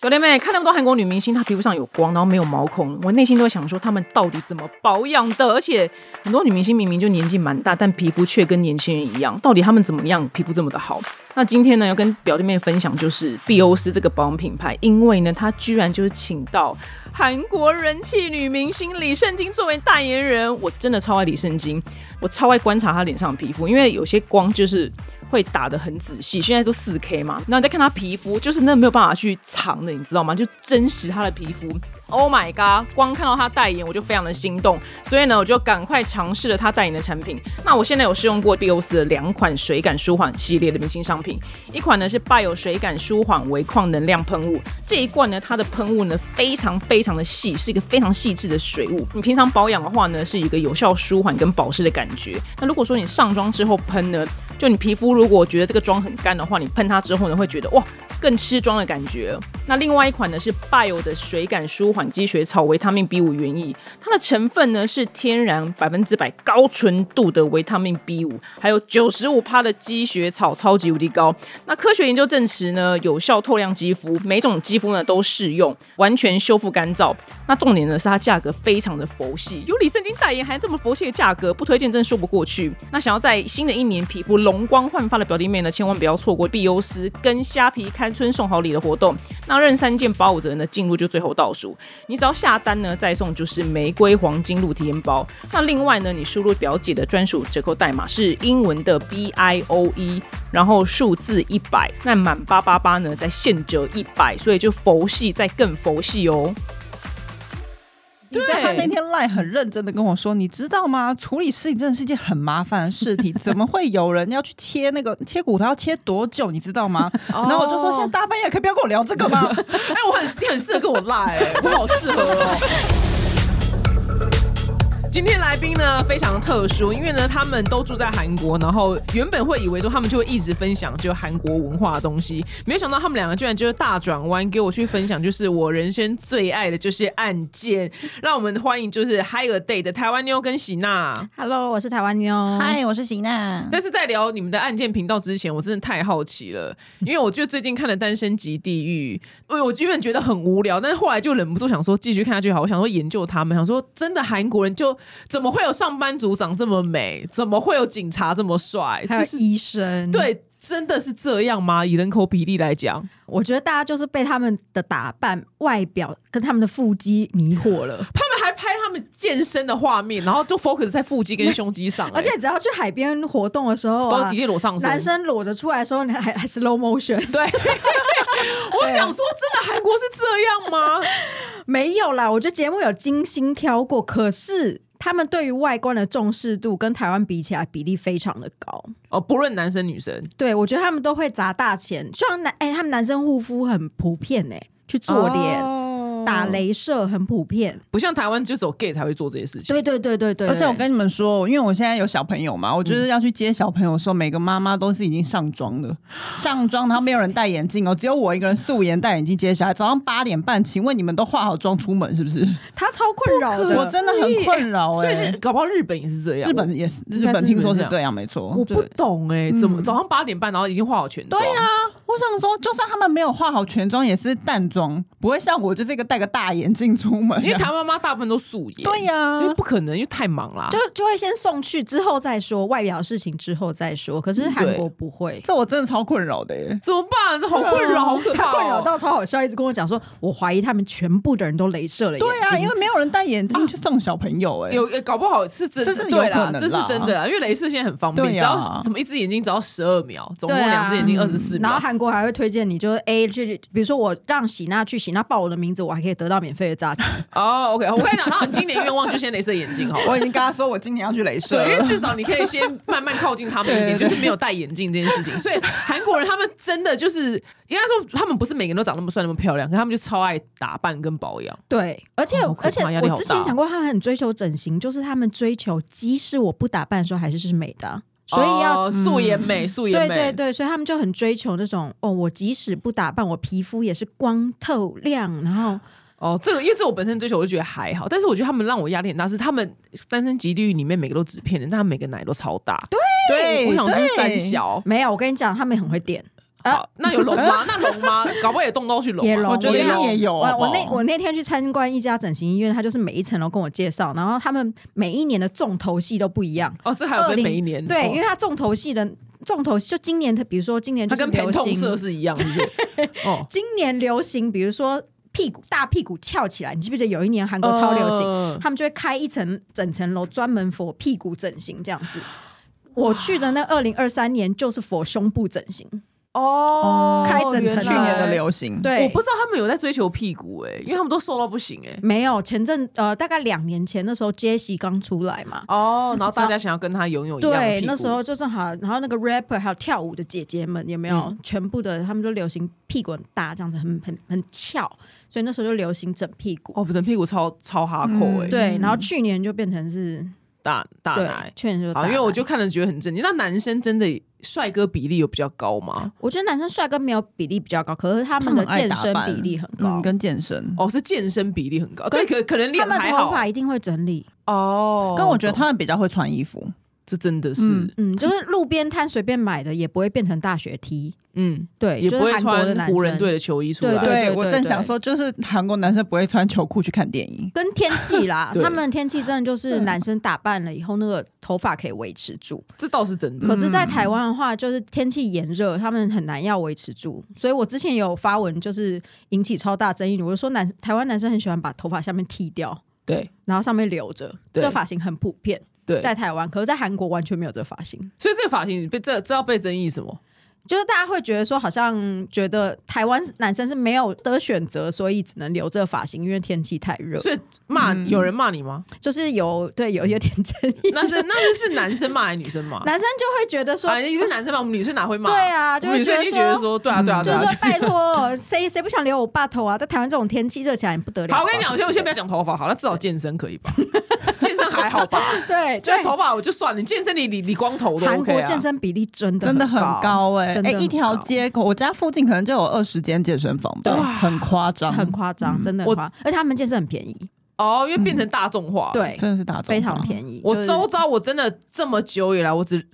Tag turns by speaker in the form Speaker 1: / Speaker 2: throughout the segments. Speaker 1: 格雷妹看那么多韩国女明星，她皮肤上有光，然后没有毛孔，我内心都会想说，她们到底怎么保养的？而且很多女明星明明就年纪蛮大，但皮肤却跟年轻人一样，到底她们怎么样皮肤这么的好？那今天呢，要跟表弟妹分享就是碧欧斯这个保养品牌，因为呢，它居然就是请到韩国人气女明星李圣经作为代言人，我真的超爱李圣经，我超爱观察她脸上的皮肤，因为有些光就是。会打得很仔细，现在都四 K 嘛，那你再看她皮肤，就是那没有办法去藏的，你知道吗？就真实她的皮肤。Oh my god！光看到她代言，我就非常的心动，所以呢，我就赶快尝试了她代言的产品。那我现在有试用过 BOS 的两款水感舒缓系列的明星商品，一款呢是伴有水感舒缓微矿能量喷雾，这一罐呢它的喷雾呢非常非常的细，是一个非常细致的水雾。你平常保养的话呢，是一个有效舒缓跟保湿的感觉。那如果说你上妆之后喷呢，就你皮肤如果觉得这个妆很干的话，你喷它之后呢，会觉得哇，更吃妆的感觉。那另外一款呢是 Bio 的水感舒缓积雪草维他命 B 五原液，它的成分呢是天然百分之百高纯度的维他命 B 五，还有九十五帕的积雪草，超级无敌高。那科学研究证实呢，有效透亮肌肤，每种肌肤呢都适用，完全修复干燥。那重点呢是它价格非常的佛系，有李圣经代言还这么佛系的价格，不推荐真的说不过去。那想要在新的一年皮肤容光焕发的表弟妹呢，千万不要错过碧优斯跟虾皮开春送好礼的活动。那任三件八五折呢，进入就最后倒数，你只要下单呢，再送就是玫瑰黄金露体验包。那另外呢，你输入表姐的专属折扣代码是英文的 B I O E，然后数字一百，那满八八八呢再现折一百，所以就佛系再更佛系哦。
Speaker 2: 你在他那天赖很认真的跟我说，你知道吗？处理尸体真的是一件很麻烦的事 情，怎么会有人要去切那个切骨头要切多久？你知道吗？然后我就说，现在大半夜可以不要跟我聊这个 吗？嗯
Speaker 3: 哎、我很你很适合跟我拉哎、我好适合哦。今天来宾呢非常特殊，因为呢他们都住在韩国，然后原本会以为说他们就会一直分享就韩国文化的东西，没有想到他们两个居然就是大转弯，给我去分享就是我人生最爱的就是案件。让我们欢迎就是 Higher Day 的台湾妞跟喜娜。
Speaker 4: Hello，我是台湾妞。
Speaker 2: 嗨，我是邢娜。
Speaker 3: 但是在聊你们的案件频道之前，我真的太好奇了， 因为我就最近看了《单身级地狱》，我我原本觉得很无聊，但是后来就忍不住想说继续看下去好，我想说研究他们，想说真的韩国人就怎么会有上班族长这么美，怎么会有警察这么帅，
Speaker 4: 还
Speaker 3: 就
Speaker 4: 有
Speaker 3: 是
Speaker 4: 医生，，
Speaker 3: 对，真的是这样吗？以人口比例来讲，
Speaker 4: 我觉得大家就是被他们的打扮、外表跟他们的腹肌迷惑了，
Speaker 3: 他们还拍他们健身的画面，然后就 focus 在腹肌跟胸肌上、哎
Speaker 4: 而且只要去海边活动的时候
Speaker 3: 都
Speaker 4: 啊
Speaker 3: 一，切裸上身，
Speaker 4: 男生裸着出来的时候，你还还 slow motion，
Speaker 3: 对。 我想说，真的韩国是这样吗？
Speaker 4: 没有啦。我觉得节目有精心挑过，可是他们对于外观的重视度跟台湾比起来，比例非常的高。
Speaker 3: 哦，不论男生女生，
Speaker 4: 对，我觉得他们都会砸大钱，像男哎、他们男生护肤很普遍哎、去
Speaker 2: 哦
Speaker 4: 做脸、
Speaker 3: 哦
Speaker 4: 打镭射很普遍。
Speaker 3: 不像台湾就只有 gay 才会做这些事情。
Speaker 4: 对对对对对，
Speaker 2: 而且我
Speaker 4: 对
Speaker 2: 跟你们说，因为我现在有小朋友嘛，我就是要去接小朋友的时候，每个妈妈都是已经上妆了，上妆，然后没有人戴眼镜哦，只有我一个人素颜戴眼镜接小孩。早上八点半，请问你们都化好妆出门是不是？
Speaker 4: 他超困扰的，
Speaker 2: 我真的很困扰
Speaker 3: 所
Speaker 2: 哎、
Speaker 3: 以日搞不好日本也是这样。
Speaker 2: 日本也是，
Speaker 3: 应
Speaker 2: 日
Speaker 3: 该是
Speaker 2: 本听说
Speaker 3: 日
Speaker 2: 是
Speaker 3: 本这
Speaker 2: 这样，没错。
Speaker 3: 我不懂哎、怎么早上八点半，然后已经化好全妆？
Speaker 2: 对啊，我想说，就算他们没有化好全妆，也是淡妆，不会像我就是一个戴个大眼镜出门啊、
Speaker 3: 因为台湾妈妈大部分都素颜。
Speaker 2: 对、呀、
Speaker 3: 因为不可能，因为太忙啦。
Speaker 4: 就就会先送去，之后再说外表的事情，之后再说。可
Speaker 3: 嗯
Speaker 4: 是韩国不会，
Speaker 2: 这我真的超困扰的耶。
Speaker 3: 怎么办？这好困
Speaker 2: 啊
Speaker 3: 扰，好可怕、
Speaker 4: 他
Speaker 3: 哦。
Speaker 4: 困扰到超好笑，一直跟我讲说，我怀疑他们全部的人都镭射了眼睛。
Speaker 2: 对啊，因为没有人戴眼镜去送小朋友哎、
Speaker 3: 有呃搞不好是真的，
Speaker 2: 这是有
Speaker 3: 对
Speaker 2: 可
Speaker 3: 啦
Speaker 2: 能，啦
Speaker 3: 这是真的啊啦，因为镭射现在很方便，
Speaker 2: 对
Speaker 3: 只
Speaker 2: 啊
Speaker 3: 要怎么一只眼睛只要十二秒，总
Speaker 4: 对
Speaker 3: 共
Speaker 4: 啊
Speaker 3: 两只眼睛二十四
Speaker 4: 然后
Speaker 3: 秒。
Speaker 4: 韩国还会推荐你，就是 A 去，比如说我让喜娜去，喜娜报我的名字，我还可以得到免费的炸鸡。
Speaker 3: 哦，OK，我跟你讲，然后你今年愿望就先镭射眼睛好了。
Speaker 2: 我已经跟他说我今年要去镭射
Speaker 4: 啊
Speaker 3: 对，因为
Speaker 2: 了。
Speaker 3: 至少你可以 先慢慢靠近他们一点，就是没有戴眼镜这件事情。所以韩国人他们真的就是，应该说他们不是每个人都长那么帅、那么漂亮，可他们就超爱打扮跟保养。
Speaker 4: 对，而且、
Speaker 3: 哦好可怕
Speaker 4: 而且
Speaker 3: 压力
Speaker 4: 我
Speaker 3: 好
Speaker 4: 之
Speaker 3: 大
Speaker 4: 前讲过，他们很追求整形，就是他们追求，即使我不打扮的时候，还是是美的啊，所以要
Speaker 3: 哦素颜美，素颜
Speaker 4: 对
Speaker 3: 美。
Speaker 4: 对对，所以他们就很追求那种哦，我即使不打扮，我皮肤也是光透亮，然后
Speaker 3: 哦，这个因为这我本身追求，我就觉得还好，但是我觉得他们让我压力很大，是他们《单身即地狱》里面每个都纸片人，但他们每个奶都超大。
Speaker 2: 对
Speaker 3: 我想是
Speaker 2: 对
Speaker 3: 三小。
Speaker 4: 没有。我跟你讲，他们很会点，
Speaker 3: 好，那有龙吗？那龙吗？搞不好也动刀去龙啊。
Speaker 4: 也龙
Speaker 2: 我觉得
Speaker 3: 也有
Speaker 2: 也有
Speaker 4: 我
Speaker 2: 好不
Speaker 4: 我
Speaker 2: 好
Speaker 3: 哦
Speaker 4: 那我那天去参观一家整形医院，他就是每一层楼跟我介绍，然后他们每一年的重头戏都不一样。
Speaker 3: 哦，这还有分每一年。
Speaker 4: 对，
Speaker 3: 哦
Speaker 4: 因为它重头戏的重头戏，就今年，比如说今年就
Speaker 3: 它
Speaker 4: 是
Speaker 3: 跟偏
Speaker 4: 流
Speaker 3: 痛色
Speaker 4: 行，
Speaker 3: 是一样，是 不是？哦，
Speaker 4: 今年流行，比如说屁股大屁股翘起来，你记不记得有一年韩国超流行，
Speaker 3: 呃
Speaker 4: 他们就会开一层整层楼专门 for 屁股整形这样子。我去的那二零二三年就是 for 胸部整形，
Speaker 3: 哦
Speaker 4: 开整层
Speaker 3: 原来
Speaker 2: 去年的流行，
Speaker 4: 对，
Speaker 3: 我不知道他们有在追求屁股哎、因为他们都瘦到不行
Speaker 2: 嗯
Speaker 3: 哎、
Speaker 4: 没有前阵呃大概两年前那时候杰西刚出来嘛，
Speaker 3: 哦，然后大家想要跟他拥有一样的
Speaker 4: 对
Speaker 3: 屁，股
Speaker 4: 那时候就是好，然后那个 rapper 还有跳舞的姐姐们有没有、
Speaker 3: 嗯
Speaker 4: 全部的，他们都流行屁股很大，这样子很很很翘，所以那时候就流行整屁股。
Speaker 3: 哦，整屁股超超哈扣哎、
Speaker 4: 对，然后去年就变成是，
Speaker 3: 大大
Speaker 4: 对
Speaker 3: 奶，。
Speaker 4: 去年就大
Speaker 3: 好，因为
Speaker 4: 奶
Speaker 3: 我就看了觉得很震惊。那男生真的帅哥比例有比较高吗？
Speaker 4: 我觉得男生帅哥没有比例比较高，可是他们的
Speaker 2: 爱
Speaker 4: 健
Speaker 2: 打
Speaker 4: 身
Speaker 2: 扮
Speaker 4: 比例很高，
Speaker 2: 嗯，跟健身。
Speaker 3: 哦，是健身比例很高，对，可可能
Speaker 4: 他
Speaker 3: 脸
Speaker 4: 们
Speaker 3: 还
Speaker 4: 头
Speaker 3: 好
Speaker 4: 发一定会整理，
Speaker 3: 哦。
Speaker 2: 跟我觉得
Speaker 3: 懂
Speaker 2: 他们比较会穿衣服，
Speaker 3: 这真的是
Speaker 2: 嗯，
Speaker 4: 嗯，就是路边摊随便买的也不会变成大学 T，
Speaker 3: 嗯，
Speaker 4: 对，
Speaker 3: 也
Speaker 4: 就
Speaker 3: 不会
Speaker 4: 是韩国的
Speaker 3: 穿
Speaker 4: 男
Speaker 3: 湖人队
Speaker 4: 生。
Speaker 3: 的球衣出来。，
Speaker 4: 对对
Speaker 2: 我正想说，就是韩国男生不会穿球裤去看电影，
Speaker 4: 跟天气啦
Speaker 3: 对
Speaker 4: 他们天气真的就是男生打扮了以后，那个头发可以维持住。
Speaker 3: 这倒是真的。
Speaker 4: 可是，在台湾的话，就是天气炎热，他们很难要维持住。所以我之前有发文，就是引起超大争议。我就说男台湾男生很喜欢把头发下面剃掉，
Speaker 3: 对
Speaker 4: 然后上面留着，
Speaker 3: 对
Speaker 4: 这发型很普遍，
Speaker 3: 对，
Speaker 4: 在台湾。可是，在韩国完全没有这发型，
Speaker 3: 所以这个发型被这这要被争议什么？
Speaker 4: 就是大家会觉得说，好像觉得台湾男生是没有得选择，所以只能留这发型，因为天气太热。
Speaker 3: 所以骂
Speaker 4: 嗯
Speaker 3: 有人骂你吗？
Speaker 4: 就是有对有有点争议，
Speaker 3: 那是那是是男生骂还是女生骂？
Speaker 4: 男生就会觉得说
Speaker 3: 啊，你是男生骂，我们女生哪会骂？
Speaker 4: 对啊，就
Speaker 3: 我们女
Speaker 4: 会觉
Speaker 3: 生
Speaker 4: 得
Speaker 3: 一定觉得
Speaker 4: 说，
Speaker 3: 说，对啊，对啊，
Speaker 4: 就
Speaker 3: 对
Speaker 4: 是说
Speaker 3: 啊。
Speaker 4: 拜托，谁谁不想留我爸头啊？在台湾这种天气热起来也不啊得了。
Speaker 3: 好，我跟你讲，我先我先不
Speaker 4: 不
Speaker 3: 要讲头发，好了，至少健身可以吧？ 健身还好 吧？
Speaker 4: 对，
Speaker 3: 就
Speaker 4: 对
Speaker 3: 头发我就算了，你健身你理理光头都
Speaker 4: 韩
Speaker 3: OK
Speaker 4: 国
Speaker 3: 啊。
Speaker 4: 健身比例真的
Speaker 2: 真的很
Speaker 4: 很
Speaker 2: 高哎、
Speaker 4: 真的
Speaker 2: 哎、
Speaker 4: 很
Speaker 2: 一条
Speaker 4: 高
Speaker 2: 街，我家附近可能就有二十间健身房吧，很夸张，
Speaker 3: 嗯
Speaker 4: 很夸张，真的很夸张，而且他们健身很便宜，
Speaker 3: 哦，因为变成大众化。，
Speaker 4: 对，
Speaker 2: 真的是打
Speaker 4: 非常
Speaker 2: 宜。
Speaker 4: 便宜。
Speaker 3: 我
Speaker 4: 就是
Speaker 3: 周遭我真的这么久以来，我只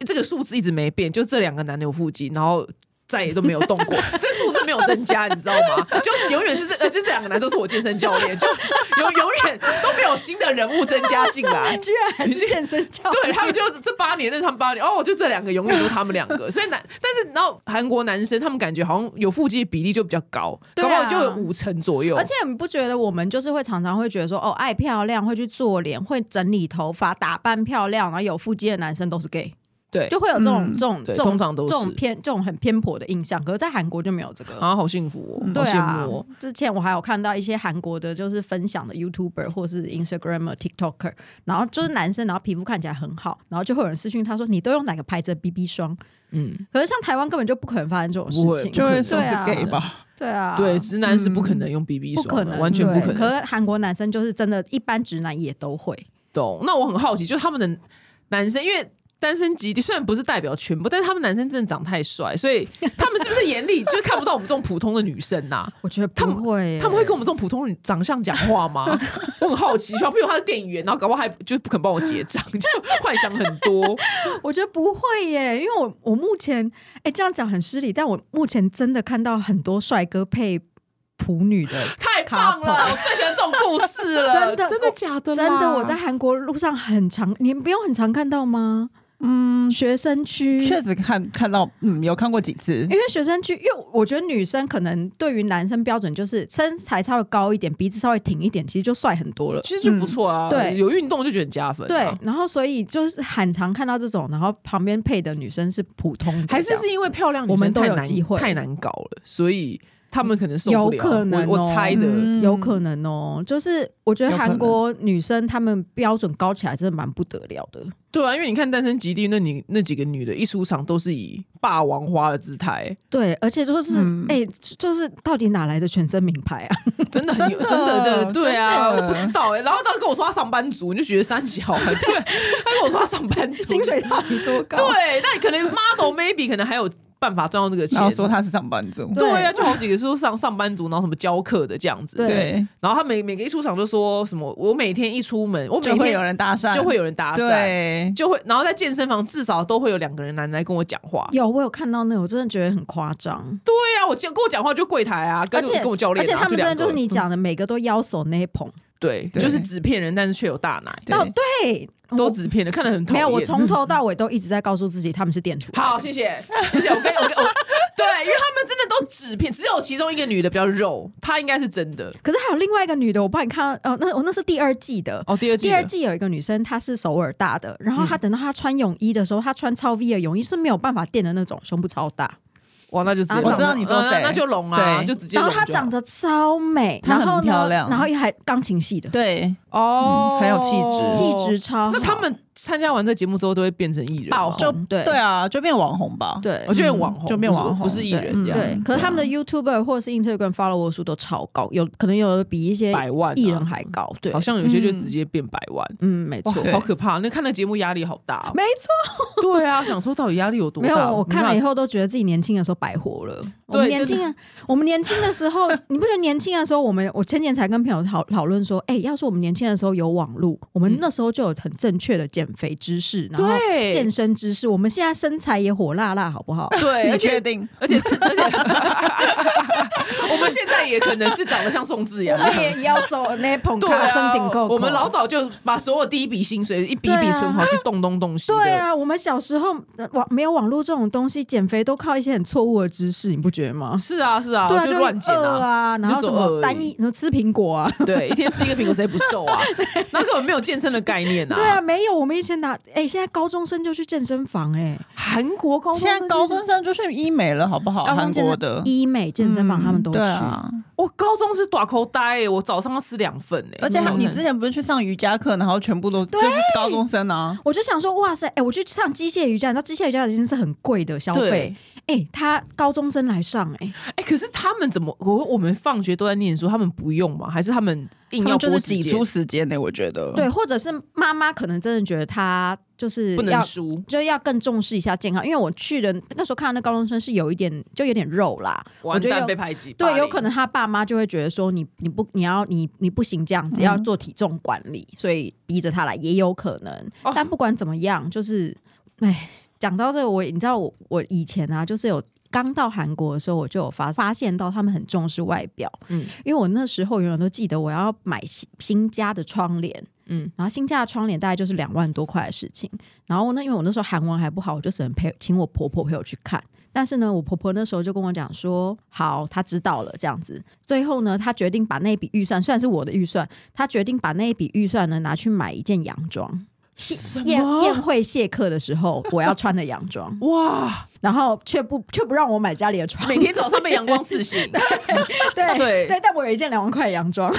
Speaker 3: 这个数字一直没变，就这两个男的有腹肌，然后。再也都没有动 过，这数字没有增加，你知道吗？就永远是这呃，就是两个男都是我健身教练，就永永远都没有新的人物增加进来
Speaker 4: 。居然还是健身教
Speaker 3: 对
Speaker 4: 练，
Speaker 3: 他们就这八年认识他们八年，哦，就这两个永远都他们两个，所以男，但是然后韩国男生他们感觉好像有腹肌的比例就比较高，
Speaker 4: 对
Speaker 3: 搞
Speaker 4: 啊
Speaker 3: 不好就有五成左右，
Speaker 4: 而且你不觉得我们就是会常常会觉得说，哦，爱漂亮，会去做脸，会整理头发，打扮漂亮，然后有腹肌的男生都是 gay，
Speaker 3: 对，
Speaker 4: 就会有这种
Speaker 2: 嗯
Speaker 4: 这种
Speaker 3: 对
Speaker 4: 这种
Speaker 3: 通常都是
Speaker 4: 这种偏这种很偏颇的印象。可是，在韩国就没有这个。
Speaker 3: 啊，好幸福哦，好
Speaker 4: 对
Speaker 3: 羡
Speaker 4: 啊
Speaker 3: 慕哦。，
Speaker 4: 之前我还有看到一些韩国的，就是分享的 YouTuber 或是 Instagramer、TikToker，然后就是男生，然后皮肤看起来很好，然后就会有人私讯他说：“你都用哪个牌子的 BB 霜
Speaker 3: 嗯，？”
Speaker 4: 可是像台湾根本就不可能发生这种事
Speaker 3: 不会
Speaker 4: 情，
Speaker 2: 就会说
Speaker 4: 对啊
Speaker 2: 是 gay 吧，
Speaker 4: 对啊，
Speaker 3: 对，直男是不可能用 BB
Speaker 4: 嗯不
Speaker 3: 霜
Speaker 4: 可
Speaker 3: 的，
Speaker 4: 能，
Speaker 3: 完全不可
Speaker 4: 对可
Speaker 3: 能。
Speaker 4: 是韩国男生就是真的，一般直男也都会。
Speaker 3: 懂？那我很好奇，就是他们的男生，因为单身极地虽然不是代表全部，但是他们男生真的长太帅，所以他们是不是眼里就看不到我们这种普通的女生呐、
Speaker 4: 我觉得
Speaker 3: 他们
Speaker 4: 会耶
Speaker 3: 他们会跟我们这种普通人长相讲话吗？ 我很好奇，小朋友他的店员，然后搞不好还就是不肯帮我结账，就幻想很多。
Speaker 4: 我觉得不会耶，因为我我目前哎、这样讲很失礼，但我目前真的看到很多帅哥配普女的，
Speaker 3: 太棒了，我最喜欢这种故事了。
Speaker 4: 真 的
Speaker 3: 真的假的啦？
Speaker 4: 真的我在韩国路上很常，你们不用很常看到吗？嗯，学生区
Speaker 2: 确实看看到，嗯，有看过几次
Speaker 4: 因，为学生区，因为我觉得女生可能对于男生标准就是身材稍微高一点，鼻子稍微挺一点，其实就帅很多了。
Speaker 3: 其实就不错啊，
Speaker 4: 嗯对
Speaker 3: 有运动就觉得很加分、啊。
Speaker 4: 对，然后所以就是很常看到这种，然后旁边配的女生是普通的这样，
Speaker 3: 还是是因为漂亮女生
Speaker 4: 我们都
Speaker 3: 太
Speaker 4: 有
Speaker 3: 难
Speaker 4: 机会
Speaker 3: 太难搞了，所以他们可能受不了。
Speaker 4: 有可能哦
Speaker 3: 我我猜的。
Speaker 2: 嗯
Speaker 4: 有可能哦。就是我觉得
Speaker 2: 有可能
Speaker 4: 韩国女生她们标准高起来真的蛮不得了的，
Speaker 3: 对啊，因为你看《单身极地》那你那几个女的，一出场都是以霸王花的姿 态，
Speaker 4: 对，而且就是哎、
Speaker 2: 嗯
Speaker 4: 就是到底哪来的全身名牌啊？
Speaker 3: 真的很有
Speaker 2: 真的
Speaker 3: 真的的，对啊，
Speaker 2: 真的
Speaker 3: 我不知道哎、然后他跟我说他上班族，你就觉得三 小啊，对，他跟我说他上班族，
Speaker 4: 薪水到底多高？
Speaker 3: 对，那可能 model maybe 可能还有办法赚到这个
Speaker 2: 然后
Speaker 3: 钱。
Speaker 2: 说他是上班族，
Speaker 4: 对
Speaker 3: 对啊，就好几个是说上 上班族，然后什么教课的这样子。
Speaker 4: 对
Speaker 2: 对，
Speaker 3: 然后他每每个一出场就说什么，我每天一出门，我每
Speaker 2: 就会有
Speaker 3: 天
Speaker 2: 人搭讪，
Speaker 3: 就会有人搭讪，
Speaker 2: 对，
Speaker 3: 就会，然后在健身房至少都会有两个人男来跟我讲话。
Speaker 4: 有，我有看到那个，我真的觉得很夸张。
Speaker 3: 对啊，我讲跟我讲话就柜台啊，跟
Speaker 4: 而且
Speaker 3: 跟我教练、
Speaker 4: 而
Speaker 3: 啊，
Speaker 4: 且他们真的
Speaker 3: 两个
Speaker 4: 就是你讲的，每个都腰手那一捧。
Speaker 3: 对，
Speaker 2: 对
Speaker 3: 就是纸片人，但是却有大奶，
Speaker 2: 对
Speaker 4: 哦，对，
Speaker 3: 都
Speaker 4: 我
Speaker 3: 纸片人，看得很讨厌。
Speaker 4: 没有，我从头到尾都一直在告诉自己他们是店主。
Speaker 3: 好，谢谢，谢谢。我跟我跟我，对，因为他们真的都纸片，只有其中一个女的比较肉，她应该是真的。
Speaker 4: 可是还有另外一个女的，我帮你看到，呃，那我、那是第二季的。
Speaker 3: 哦，第二季
Speaker 4: 第
Speaker 3: 的
Speaker 4: 二季有一个女生，她是首尔大的，然后她等到她穿泳衣的时候，她穿超 V 的泳衣是没有办法垫的那种，胸部超大，
Speaker 3: 哇，那就直接
Speaker 4: 啊
Speaker 3: 龙
Speaker 4: 我知
Speaker 2: 道你说谁
Speaker 3: 嗯那就龙啊，
Speaker 2: 对
Speaker 3: 就直接
Speaker 4: 然
Speaker 3: 龙
Speaker 4: 后
Speaker 3: 就好。
Speaker 4: 她长得超美，
Speaker 2: 她很
Speaker 4: 然后呢
Speaker 2: 漂亮
Speaker 4: 然后也还钢琴系的，
Speaker 2: 对，
Speaker 3: 哦
Speaker 2: 嗯很有气质
Speaker 4: 气质。超好。
Speaker 3: 那他们参加完这节目之后都会变成艺人吗，哦
Speaker 2: 爆
Speaker 4: 就
Speaker 2: 红
Speaker 4: 对
Speaker 2: 对啊，就变网红吧，
Speaker 4: 对
Speaker 3: 我，就变网红，
Speaker 2: 就变
Speaker 3: 不是
Speaker 2: 网
Speaker 3: 不
Speaker 2: 红
Speaker 3: 是艺人
Speaker 2: 嗯
Speaker 3: 这样。
Speaker 4: 对，可是他们的 YouTuber 或者是 Instagram follower 数都超高，有可能有的比一些
Speaker 3: 百万啊
Speaker 4: 艺人还高。对，
Speaker 3: 好像有些就直接变百万，
Speaker 4: 嗯，没错
Speaker 3: 哇，，
Speaker 2: 对
Speaker 3: 好可怕！那看那节目压力好大哦。
Speaker 4: 没错，
Speaker 3: 对啊，想说到底压力有多
Speaker 4: 没
Speaker 3: 大？
Speaker 4: 有，我看了以
Speaker 3: 没办法
Speaker 4: 后都觉得自己年轻的时候白活了。我
Speaker 3: 对
Speaker 4: 们年轻啊，我们年轻的 时候，你不觉得年轻的时候，我们我前年才跟朋友讨讨论说，哎，要是我们年轻的时候有网络，我们
Speaker 3: 嗯
Speaker 4: 那时候就有很正确的减肥知识，然后
Speaker 3: 对
Speaker 4: 健身知识，我们现在身材也火辣辣，好 不好？
Speaker 3: 对，
Speaker 2: 你
Speaker 3: 而且
Speaker 2: 确定？
Speaker 3: 而且趁而 且，我们现在也可能是长得像宋智雅。
Speaker 4: 也 要手那捧
Speaker 3: 对啊，我们老早就把所有第一笔薪水一笔一笔存好去动东动西的。
Speaker 4: 啊对啊，我们小时候呃网没有网络这种东西，减肥都靠一些很错误的知识，你不觉得吗？
Speaker 3: 是啊是啊，
Speaker 4: 对啊，就
Speaker 3: 乱减
Speaker 4: 饿
Speaker 3: 啊。
Speaker 4: 啊，然后
Speaker 3: 就
Speaker 4: 什
Speaker 3: 走饿而
Speaker 4: 么
Speaker 3: 已
Speaker 4: 单一，什么吃苹果啊，
Speaker 3: 对，一天吃一个苹果，谁不瘦 啊？那根本没有健身的概念啊！
Speaker 4: 对啊，，没有，我们以前拿，哎、现在高中生就去健身房、哎
Speaker 3: 韩国高中
Speaker 2: 现在高中生就去医美了，好不好？
Speaker 4: 哎，高
Speaker 2: 哦韩
Speaker 4: 中健
Speaker 2: 国
Speaker 4: 身
Speaker 2: 的，
Speaker 4: 医美健身房他们都去，
Speaker 2: 对啊，
Speaker 3: 我高中是短口呆欸，我早上要吃两份哎，
Speaker 2: 而且他
Speaker 3: 早
Speaker 2: 你
Speaker 3: 餐
Speaker 2: 之前不是去上瑜伽课，然后全部都就是高中生啊，
Speaker 4: 我就想说，哇塞，哎、我去上机械瑜伽，你知道机械瑜伽已经是很贵的消费
Speaker 3: 对，
Speaker 4: 哎、他高中生来上、哎，
Speaker 3: 哎，可是他们怎么我我们放学都在念书，他们不用吗？还是他们硬
Speaker 2: 他
Speaker 3: 要
Speaker 2: 们就是
Speaker 3: 拨时
Speaker 2: 挤
Speaker 3: 间
Speaker 2: 出时间呢，我觉得。
Speaker 4: 对，或者是妈妈可能真的觉得他就是
Speaker 3: 不能
Speaker 4: 要
Speaker 3: 输？
Speaker 4: 就要更重视一下健康，因为我去的那时候看到那高中生是有一点就有点肉啦，我
Speaker 3: 完
Speaker 4: 觉得
Speaker 3: 蛋
Speaker 4: 有
Speaker 3: 被排挤，霸
Speaker 4: 对，有
Speaker 3: 凌
Speaker 4: 可能他爸妈就会觉得说你你不你要你你不行这样
Speaker 3: 嗯
Speaker 4: 子，要做体重管理，所以逼着他来也有可能
Speaker 3: 哦。
Speaker 4: 但不管怎么样，就是哎，讲到这个我你知道我我以前啊，就是有。刚到韩国的时候，我就有发发现到他们很重视外表，嗯
Speaker 3: 嗯，
Speaker 4: 因为我那时候永远都记得我要买新新家的窗帘，嗯
Speaker 3: 嗯，
Speaker 4: 然后新家的窗帘大概就是两万多块的事情，然后呢，因为我那时候韩文还不好，我就只能陪请我婆婆陪我去看。但是呢，我婆婆那时候就跟我讲说，好，她知道了这样子。最后呢，她决定把那一笔预算，虽然是我的预算，她决定把那一笔预算呢拿去买一件洋装。
Speaker 3: 什
Speaker 4: 宴 宴
Speaker 3: 么？
Speaker 4: 会谢客的时候，我要穿的洋装，
Speaker 3: 哇！
Speaker 4: 然后却不却不让我买家里的 床，
Speaker 3: 每天早上被阳光刺醒，
Speaker 4: 对
Speaker 3: 对
Speaker 4: 对，但我有一件两万块的洋 装，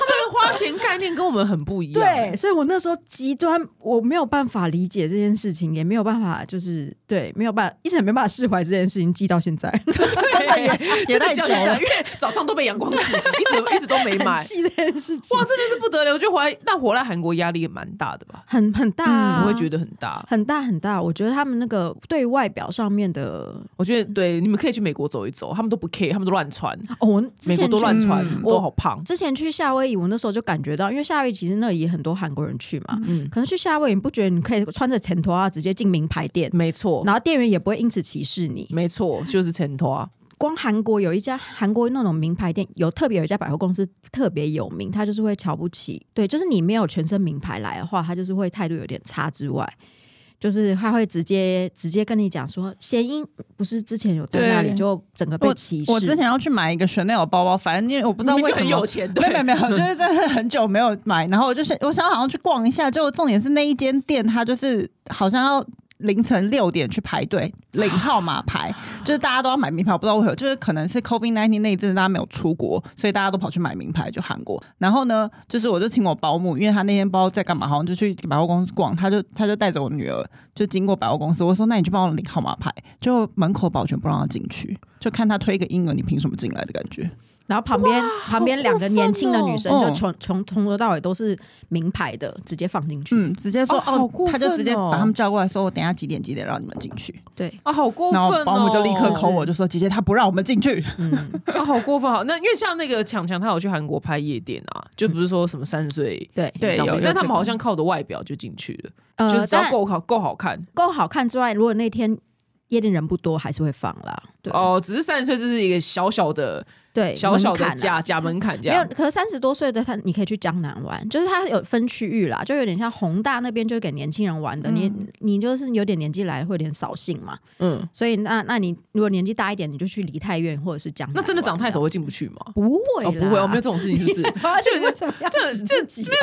Speaker 3: 那个花钱概念跟我们很不一样。
Speaker 4: 对，所以我那时候极端，我没有办法理解这件事情，也没有办法，就是对，没有办法，一直很没办法释怀这件事情，记到现在，
Speaker 3: 对，
Speaker 2: 也太
Speaker 3: 真的
Speaker 2: 久了
Speaker 3: 因为早上都被阳光刺醒，一直一直都没买。
Speaker 4: 很气这件事情
Speaker 3: 哇，，真的是不得了！我觉得回来那活在韩国压力也蛮大的吧？
Speaker 4: 很很大、啊
Speaker 3: 嗯我会觉得很大。
Speaker 4: 很大很大。我觉得他们那个对外表上面的，
Speaker 3: 我觉得对，你们可以去美国走一走，他们都不 care，他们都乱穿，
Speaker 4: 哦，我之
Speaker 3: 美国
Speaker 4: 前
Speaker 3: 都
Speaker 4: 去
Speaker 3: 乱穿，
Speaker 2: 嗯
Speaker 3: 都好胖。
Speaker 4: 之前去夏威夷，我那时候就感觉到，因为夏威夷其实那里也很多韩国人去嘛，
Speaker 3: 嗯，
Speaker 4: 可能去夏威夷你不觉得你可以穿着前拖啊直接进名牌店，
Speaker 3: 没错，
Speaker 4: 然后店员也不会因此歧视你。
Speaker 3: 没错，就是前头啊。
Speaker 4: 光韩国有一家韩国那种名牌店，有特别有一家百货公司特别有名，他就是会瞧不起，对，就是你没有全身名牌来的话，他就是会态度有点差之外，就是他会直接直接跟你讲说，谐音不是之前有在那里
Speaker 2: 对
Speaker 4: 就整个被歧视，
Speaker 2: 我之前要去买一个 Chanel 包包，反正因为我不
Speaker 3: 不
Speaker 2: 知道为
Speaker 3: 就
Speaker 2: 什么
Speaker 3: 很有钱，
Speaker 2: 没
Speaker 3: 对，
Speaker 2: 有没有，就是真的很久没有买，然后我就是我想好像去逛一下，结果重点是那一间店，它就是好像要凌晨六点去排队领号码牌，就是大家都要买名牌，我不知道为何，就是可能是 COVID nineteen 那一阵子大家没有出国，所以大家都跑去买名牌，就韩国。然后呢，就是我就请我保姆，因为她那天不知道在干嘛，好像就去百货公司逛，她就她就带着我女儿就经过百货公司，我说那你去帮我领号码牌，就门口保全不让她进去，就看她推一个婴儿，你凭什么进来的感觉？
Speaker 4: 然后旁边旁边两个年轻的女生就
Speaker 2: 嗯
Speaker 4: 从从从头到尾都是名牌的，直接放进去。
Speaker 2: 嗯，直接说
Speaker 3: 哦好
Speaker 2: 哦
Speaker 3: 过，
Speaker 2: 她就直接
Speaker 3: 分哦
Speaker 2: 把他们叫过来说，我等一下几点几点让你们进去，
Speaker 4: 对，
Speaker 3: 啊，好过分
Speaker 2: 然后
Speaker 3: 哦！
Speaker 2: 保姆就立刻口
Speaker 4: 是
Speaker 2: 我，就说姐姐她不让我们进去。
Speaker 4: 嗯，
Speaker 3: 啊，好过分！好，那因为像那个强强，他有去韩国拍夜店啊，就不是说什么三十岁
Speaker 4: 对
Speaker 2: 对
Speaker 3: 以上
Speaker 2: 有
Speaker 3: 的，
Speaker 2: 有
Speaker 3: 但他们
Speaker 2: 这
Speaker 3: 好
Speaker 2: 个
Speaker 3: 像靠着外表就进去了，就是
Speaker 4: 呃，
Speaker 3: 只要
Speaker 4: 但
Speaker 3: 够好够好看
Speaker 4: 够好看之外，如果那天夜店人不多，还是会放啦。对，
Speaker 3: 哦。只是三十岁这是一个小小的、
Speaker 4: 对，
Speaker 3: 小小
Speaker 4: 门槛
Speaker 3: 的
Speaker 4: 啊
Speaker 3: 假假门槛，这
Speaker 4: 没有
Speaker 3: 样，
Speaker 4: 可是三十多岁的他，你可以去江南玩，就是他有分区域啦，就有点像宏大那边，就给年轻人玩的。你你就是有点年纪来了，会有点扫兴嘛。
Speaker 3: 嗯。
Speaker 4: 所以那那你如果年纪大一点，你就去梨泰院或者是江南
Speaker 3: 那
Speaker 4: 玩。
Speaker 3: 真的长太丑会进不去吗？
Speaker 4: 不会
Speaker 3: 哦，
Speaker 4: 啦、
Speaker 3: 不会，哦，没有这种事情， 是不是？
Speaker 4: 这 你为什么要
Speaker 3: 这
Speaker 4: 指
Speaker 3: 这
Speaker 4: 自己啊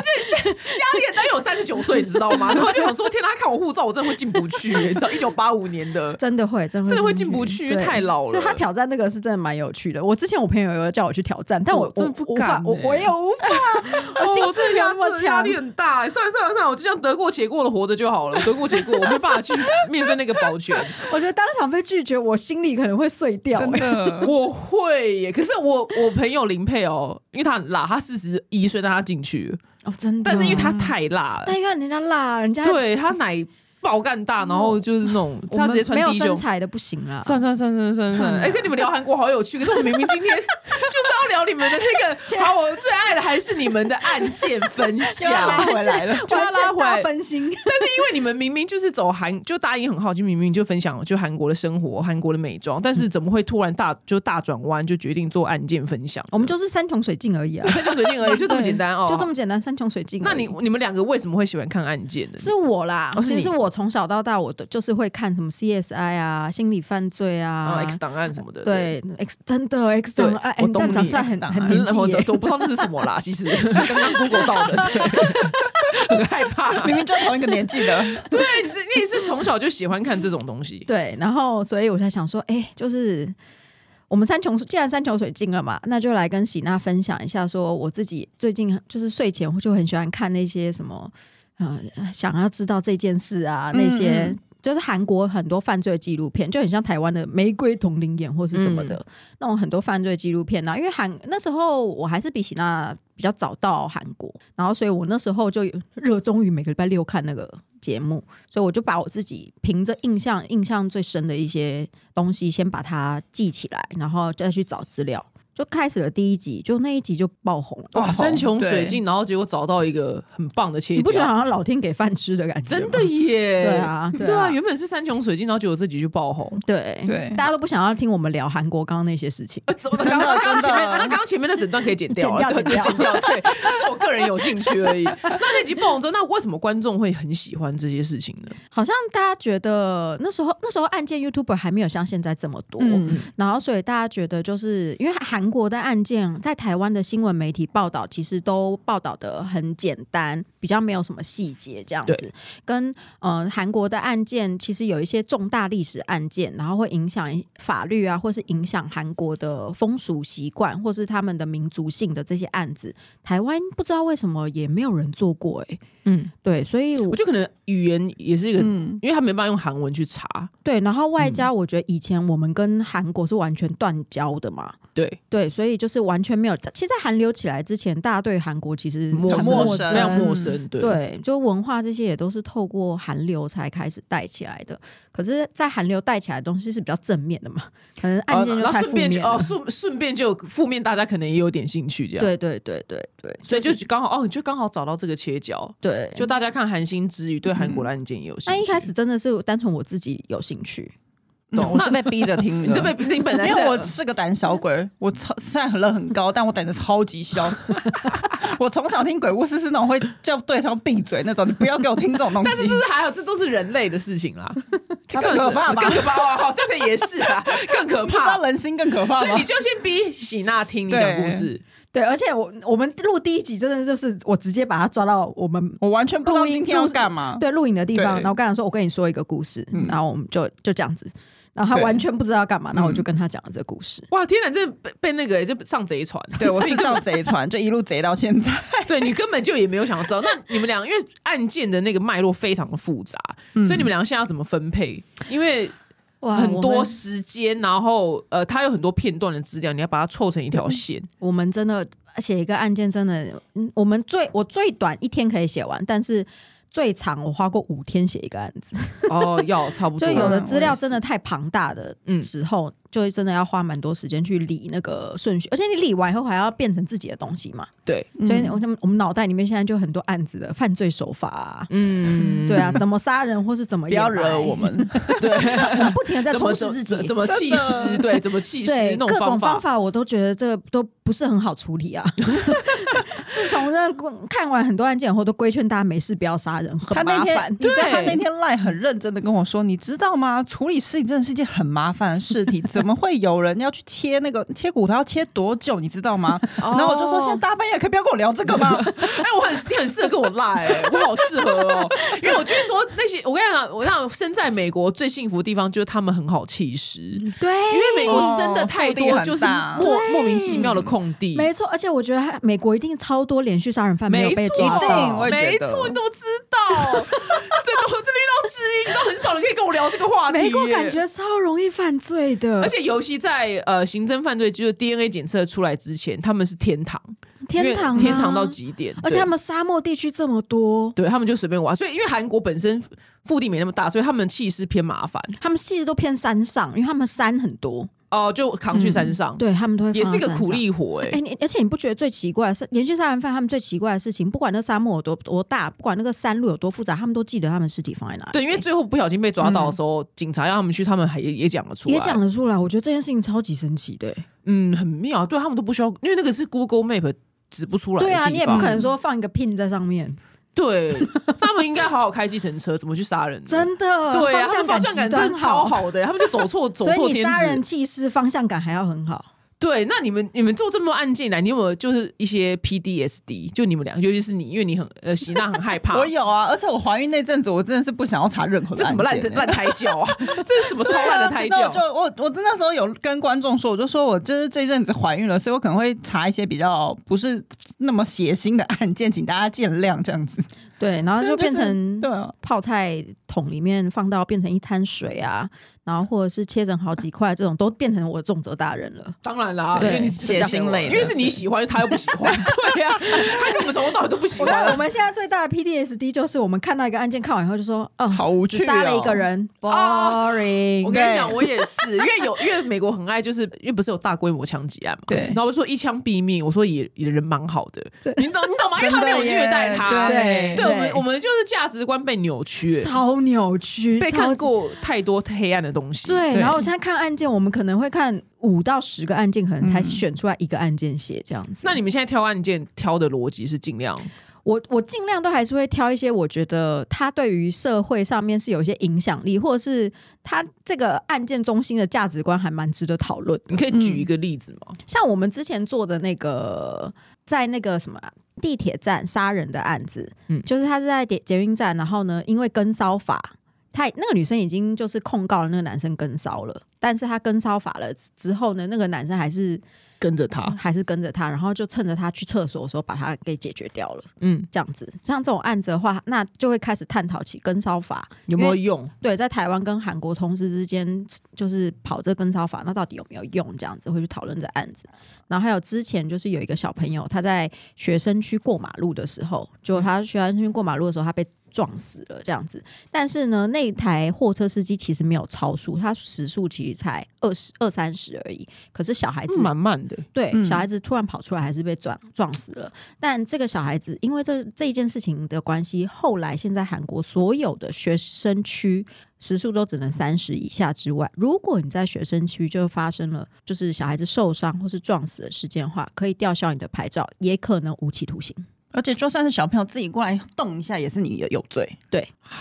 Speaker 3: 压力很大，因为我三十九岁，你知道 吗？然后就想说，天哪，他看我护照，我真的会进不去，你知道，一九八五年的，
Speaker 4: 真的会，真的
Speaker 3: 真的会
Speaker 4: 进
Speaker 3: 进不去，
Speaker 4: 对
Speaker 3: 太老了。
Speaker 4: 所以他挑战那个是真的蛮有趣的。我之前我朋友有叫我去挑战，但我
Speaker 3: 我哦真的不
Speaker 4: 无法
Speaker 3: 敢，
Speaker 4: 我
Speaker 3: 欸
Speaker 4: 我也无 法，
Speaker 3: 哦
Speaker 4: 我心智没有那么
Speaker 3: 这压
Speaker 4: 强
Speaker 3: 力。很大、欸。算了算了算了，我就这样得过且过的活着就好了，得过且过，我没办法去面对那个保全。
Speaker 4: 我觉得当场被拒绝，我心里可能会碎掉、欸。
Speaker 2: 的，
Speaker 3: 我会耶，可是我我朋友林佩哦，因为他很辣，他四十一岁，但他进去了，
Speaker 4: 哦，真的。
Speaker 3: 但是因为他，太辣了
Speaker 4: 但，因为人家辣，人家
Speaker 3: 嗯对嗯他奶爆干大，然后就是那种
Speaker 4: 我
Speaker 3: 他
Speaker 4: 们
Speaker 3: 直接穿
Speaker 4: 没有
Speaker 3: 低
Speaker 4: 身
Speaker 3: 胸。
Speaker 4: 材的不行啦。
Speaker 3: 算算算算算算，哎、跟你们聊韩国好有趣，可是我明明今天 就是要聊你们的那个，好，我最爱的还是你们的案件分享，
Speaker 2: 拉回来 了。
Speaker 3: 就要拉回来，
Speaker 4: 分心，
Speaker 3: 但是因为你们明明就是走韩，就大家也很好奇，明明就分享就韩国的生活、韩国的美妆，但是怎么会突然大就大转弯，就决定做案件分享？
Speaker 4: 我们就是山穷水尽而已啊，
Speaker 3: 三就水镜而哦已，就这么简单哦，
Speaker 4: 就这么。简单，山穷水尽而
Speaker 3: 那
Speaker 4: 已。
Speaker 3: 你你们两个为什么会喜欢看案件呢？
Speaker 4: 是我啦，
Speaker 3: 哦是
Speaker 4: 其
Speaker 3: 你
Speaker 4: 实我从小到大，我都就是会看什么 CSI 啊、心理犯罪
Speaker 3: 啊
Speaker 4: 啊、
Speaker 3: ，X 档案什么的，
Speaker 4: 对 X 真的 X
Speaker 3: 对
Speaker 4: 档案，哎
Speaker 3: 我
Speaker 4: 你这样
Speaker 3: 懂
Speaker 4: 讲
Speaker 3: 你
Speaker 4: 出来
Speaker 2: X
Speaker 4: 很
Speaker 2: 档
Speaker 4: 很
Speaker 2: 案
Speaker 3: 对，
Speaker 4: 年
Speaker 3: 很
Speaker 4: 纪
Speaker 3: 我
Speaker 4: 耶
Speaker 3: 都我不知道那是什么 啦，其实刚刚 Google 到的， 对很害怕。
Speaker 2: 明明就同一个年纪的，
Speaker 3: 对，你这你是从小就喜欢看这种东西，
Speaker 4: 对，然后所以我才想说，哎、就是我们山穷，既然山穷水尽了嘛，那就来跟喜娜分享一下，说我自己最近就是睡前就很喜欢看那些什么，呃，想要知道这件事啊，那些。
Speaker 2: 嗯嗯
Speaker 4: 就是韩国很多犯罪纪录片，就很像台湾的《玫瑰同林演》或是什么的、
Speaker 3: 嗯
Speaker 4: 那种很多犯罪纪录片啊。因为韩那时候我还是比喜娜比较早到韩国，然后所以我那时候就有热衷于每个礼拜六看那个节目，所以我就把我自己凭着印象印象最深的一些东西，先把它记起来，然后再去找资料。就开始了第一集，就那一集就爆红了。
Speaker 3: 哇，山穷
Speaker 2: 哦对
Speaker 3: 水尽，然后结果找到一个很棒的切
Speaker 4: 你不觉得
Speaker 3: 角，
Speaker 4: 好像老天给饭吃的感觉吗？
Speaker 3: 真的耶，
Speaker 4: 对啊，
Speaker 3: 对啊，
Speaker 4: 啊，
Speaker 3: 原本是山穷水尽，然后结果这集就爆红。
Speaker 4: 对
Speaker 2: 对
Speaker 4: 大家都不想要听我们聊韩国刚刚那些事 情。
Speaker 3: 呃，怎么刚刚刚
Speaker 2: 真的
Speaker 3: 前面那刚刚前面啊的整段可 以剪掉啊，
Speaker 4: 剪掉
Speaker 3: 对就
Speaker 4: 剪
Speaker 3: 剪掉，对，是我个人有兴趣而已。 那那集爆红之后，那为什么观众会很喜欢这些事情呢？
Speaker 4: 好像大家觉得那时候那时候案件 YouTuber 还没有像现在这么多，
Speaker 2: 嗯
Speaker 3: 嗯
Speaker 4: 然后所以大家觉得就是因为韩国的案件在台湾的新闻媒体报道其实都报道的很简单，比较没有什么细节这样子
Speaker 3: 对。
Speaker 4: 跟呃韩国的案件其实有一些重大历史案件，然后会影响法律啊，或是影响韩国的风俗习惯，或是他们的民族性的这些案子，台湾不知道为什么也没有人做过哎、
Speaker 3: 嗯，
Speaker 4: 对，所以我
Speaker 3: 我觉得可能语言也是一个，
Speaker 2: 嗯，
Speaker 3: 因为他没办法用韩文去查，
Speaker 4: 对，然后外加我觉得以前我们跟韩国是完全断交的嘛，
Speaker 3: 对，
Speaker 4: 对，所以就是完全没有。其实在韩流起来之前，大家对韩国其实
Speaker 3: 嗯陌
Speaker 4: 很
Speaker 2: 生
Speaker 4: 陌
Speaker 3: 非常陌生，对。啊
Speaker 4: 对，就文化这些也都是透过韩流才开始带起来的。可是，在韩流带起来的东西是比较正面的嘛，可能案
Speaker 3: 哦
Speaker 4: 件就
Speaker 3: 然后
Speaker 4: 太
Speaker 3: 顺
Speaker 4: 负
Speaker 3: 便就
Speaker 4: 面了
Speaker 3: 哦，。顺顺便就负面，大家可能也有点兴趣这样，，
Speaker 4: 对对对对对
Speaker 3: 所以就刚好哦，就刚好找到这个切角，
Speaker 4: 对，
Speaker 3: 就大家看韩星之余，对韩国的案件也有兴
Speaker 4: 那
Speaker 3: 趣。
Speaker 4: 一开始真的是单纯我自己有兴趣，
Speaker 3: 懂
Speaker 2: 我是被逼着听的，
Speaker 3: 你 这被你本来
Speaker 2: 因
Speaker 3: 是
Speaker 2: 为我是个胆小鬼，我超虽然很热很高，但我胆子超级小。 我从小听鬼故事是那种会叫对方闭嘴那种，你不要给我听这种东
Speaker 3: 但
Speaker 2: 西
Speaker 3: 是这。是还好，这都是人类的事情 啦，
Speaker 2: 更
Speaker 3: 算是
Speaker 2: 可怕吧
Speaker 3: 更可怕啊！好，这个也是 啦，更可
Speaker 2: 你不知道
Speaker 3: 怕。
Speaker 2: 人心更可怕
Speaker 3: 所以
Speaker 2: 吗
Speaker 3: 你？就先逼喜娜听你讲故事，
Speaker 4: 对，而且我我们录第一集真的就是我直接把它抓到我们
Speaker 2: 我完全不知道今天要干嘛。
Speaker 3: 哦
Speaker 4: 对录影的地方，
Speaker 3: 嗯
Speaker 2: 对
Speaker 4: 然后我跟他说：“我跟你说一个故事。然后我们就就这样子。然后他
Speaker 2: 对
Speaker 4: 完全不知道干嘛，然后我
Speaker 3: 嗯
Speaker 4: 就跟他讲了这个故事。
Speaker 3: 哇，天哪，这被被那个就上贼船。
Speaker 2: 对我是造贼船，就一路贼到现在。
Speaker 3: 对你根本就也没有想要知道。那你们俩因为案件的那个脉络非常的复杂，
Speaker 2: 嗯
Speaker 3: 所以你们俩现在要怎么分配？因为
Speaker 4: 哇
Speaker 3: 很
Speaker 4: 我
Speaker 3: 多
Speaker 4: 们
Speaker 3: 时间，然后呃，它有很多片段的资料，你要把它凑成一条线。
Speaker 2: 嗯
Speaker 4: 我们真的写一个案件，真的，嗯我们最我最短一天可以写完，但是最长我花过五天写一个案子，
Speaker 3: 哦，要差不多。
Speaker 4: 就有的
Speaker 2: 嗯
Speaker 4: 资料真的太庞大的
Speaker 3: 嗯
Speaker 4: 时候，就真的要花蛮多时间去理那个顺序，而且你理完以后还要变成自己的东西嘛，
Speaker 3: 对，
Speaker 4: 所以我们我们脑袋里面现在就很多案子的犯罪手法啊。
Speaker 3: 嗯，
Speaker 4: 对啊，怎么杀人或是怎么
Speaker 2: 不要
Speaker 4: 掩埋
Speaker 2: 惹我，们，
Speaker 4: 我们不停的在
Speaker 3: 怎么
Speaker 4: 充实自己，
Speaker 3: 怎么气势？对，怎么气势？
Speaker 4: 对
Speaker 3: 那
Speaker 4: 各种
Speaker 3: 法
Speaker 4: 方。法我都觉得这个都不是很好处理 啊。 自从那看完很多案件以后，都规劝大家没事不要杀人，
Speaker 2: 他
Speaker 4: 很
Speaker 2: 那
Speaker 4: 麻
Speaker 2: 天，
Speaker 4: 烦
Speaker 2: 你。知道他
Speaker 3: 对
Speaker 2: 那天赖很认真的跟我说，你知道吗？处理尸体真的是一件很麻烦的事情，怎么会有人要去切那个 切骨头要切多久？你知道吗？然后我就说，现在大半夜可以不要跟我聊这个吗？
Speaker 3: 哎、我很你很适合跟我拉哎、我好适合哦，因为我就是说那些，我跟你讲，我跟你讲身在美国最幸福的地方就是他们很好气势，
Speaker 4: 对，
Speaker 3: 因为美国真的太
Speaker 2: 嗯哦腹地
Speaker 3: 多，
Speaker 2: 很
Speaker 3: 就是
Speaker 2: 大
Speaker 3: 莫莫名其妙的空地。
Speaker 4: 没错，而且我觉得他美国一定超多连续杀人犯没有被
Speaker 3: 错，
Speaker 4: 抓
Speaker 2: 一定
Speaker 4: 到。
Speaker 2: 我也觉
Speaker 3: 没
Speaker 2: 得
Speaker 3: 错，你都知道。这都这边到知音都很少人可以跟我聊这个话题耶。
Speaker 4: 美国感觉超容易犯罪的，
Speaker 3: 而且尤其在呃刑侦犯罪，就是 DNA 检测出来之前，他们是天堂，
Speaker 4: 天堂、啊
Speaker 3: 因为天堂到，极点，
Speaker 4: 而且
Speaker 3: 对
Speaker 4: 他们沙漠地区这么多，
Speaker 3: 对他们就随便玩，所以因为韩国本身腹地没那么大，所以他们气势偏麻烦
Speaker 4: 他们戏都偏山上，因为他们山很多，
Speaker 3: 哦、就扛去山上，
Speaker 4: 嗯对他们都会
Speaker 3: 嗯也
Speaker 4: 放
Speaker 3: 是一
Speaker 4: 到
Speaker 3: 个
Speaker 4: 山
Speaker 3: 苦
Speaker 4: 上
Speaker 3: 力活哎、
Speaker 4: 哎、你而且你不觉得最奇怪的是，连续杀人犯他们最奇怪的事情，不管那沙漠有多多大，不管那个山路有多复杂，他们都记得他们尸体放在哪里。哎
Speaker 3: 对，因为最后不小心被抓到的时候，警察要他们去，他们还也也讲得出来，
Speaker 4: 嗯也讲得出来，我觉得这件事情超级神奇的、哎
Speaker 3: 嗯，很妙，对他们都不需要，因为那个是 Google Map 指不出来的
Speaker 4: 对
Speaker 3: 地方。
Speaker 4: 啊，你也不可能说放一个 pin 在上面，
Speaker 3: 对他们应该好好开计程车，怎么去杀人呢？
Speaker 4: 真的，
Speaker 3: 对啊，他们方
Speaker 4: 方
Speaker 3: 向
Speaker 4: 感
Speaker 3: 感真的超
Speaker 4: 好。
Speaker 3: 好的，他们就走 错走
Speaker 4: 所以
Speaker 3: 错
Speaker 4: 你
Speaker 3: 天
Speaker 4: 杀人
Speaker 3: 子。
Speaker 4: 技师方向感还要很好，
Speaker 3: 对，那你们你们做这么多案件以来，你有没有就是一些 PDSD？就你们俩，尤其是你，因为你很呃喜娜很害 怕。
Speaker 2: 我有啊，而且我怀孕那阵子，我真的是不想要查任何
Speaker 3: 这什么烂
Speaker 2: 的
Speaker 3: 烂胎教啊？这是什么超烂的胎
Speaker 2: 对啊
Speaker 3: 教？
Speaker 2: 就我我真那时候有跟观众说，我就说我就是这阵子怀孕了，所以我可能会查一些比较不是那么血腥的案件，请大家见谅这样子。
Speaker 4: 对，然后
Speaker 2: 这
Speaker 4: 啊就变
Speaker 2: 是
Speaker 4: 成
Speaker 2: 对啊，
Speaker 4: 泡菜桶里面放到变成一滩水啊，然后或者是切成好几块，这种都变成我重责大人了。
Speaker 3: 当然啦，因
Speaker 4: 对
Speaker 3: 为你
Speaker 2: 血腥类的
Speaker 3: 因为是你喜欢，他又不喜欢。 对呀、他根本从头到尾都不喜
Speaker 4: 我看我
Speaker 3: 欢。啊
Speaker 4: 们现在最大的 PDSD 就是我们看到一个案件，看完以后就说，哦，
Speaker 2: 好无趣
Speaker 4: 只杀了
Speaker 2: 哦
Speaker 4: 一个人，boring。
Speaker 3: 我跟你讲，
Speaker 4: 对
Speaker 3: 我也是，因为有因为美国很爱，就是因为不是有大规模枪击案嘛，
Speaker 2: 对
Speaker 3: 然后我说一枪毙命，我说也也人蛮好的，你懂你懂吗？因为他没有
Speaker 2: 真的耶
Speaker 3: 虐待他，
Speaker 2: 对
Speaker 3: 对我们
Speaker 4: 对
Speaker 3: 我们就是价值观被扭曲，
Speaker 4: 超扭曲，
Speaker 3: 被
Speaker 4: 超
Speaker 3: 看
Speaker 4: 级。
Speaker 3: 过太多黑暗的东西，
Speaker 4: 对，
Speaker 2: 对
Speaker 4: 然后我现在看案件，我们可能会看五到十个案件，可能才选出来一个案件写这样子。
Speaker 3: 那你们现在挑案件挑的逻辑是尽量
Speaker 4: 我我尽量都还是会挑一些我觉得它对于社会上面是有一些影响力，或者是它这个案件中心的价值观还蛮值得讨论的
Speaker 3: 你。可以举一个例子吗？
Speaker 4: 像我们之前做的那个，在那个什么啊地铁站杀人的案子，
Speaker 3: 嗯
Speaker 4: 就是他是在捷捷运站，然后呢，因为跟骚法，他那个女生已经就是控告了那个男生跟骚了，但是他跟骚法了之后呢，那个男生还是
Speaker 3: 跟着他，
Speaker 4: 还是跟着他，然后就趁着他去厕所的时候把他给解决掉了，
Speaker 3: 嗯，
Speaker 4: 这样子。像这种案子的话，那就会开始探讨起跟骚法，
Speaker 3: 有没有用？
Speaker 4: 对，在台湾跟韩国同事之间，就是跑这跟骚法，那到底有没有用？这样子会去讨论这案子。然后还有之前就是有一个小朋友，他在学生区过马路的时候，就他学生区过马路的时候，他被撞死了这样子。但是呢，那台货车司机其实没有超速，他时速其实才二十二三十而已。可是小孩子
Speaker 3: 蛮慢的，
Speaker 4: 对，
Speaker 2: 嗯
Speaker 4: 小孩子突然跑出来，还是被撞撞死了。但这个小孩子因为这这一件事情的关系，后来现在韩国所有的学生区时速都只能三十以下之外，如果你在学生区就发生了就是小孩子受伤或是撞死的事件的话，可以吊销你的牌照，也可能无期徒刑。
Speaker 2: 而且就算是小朋友自己过来动一下，也是你有罪。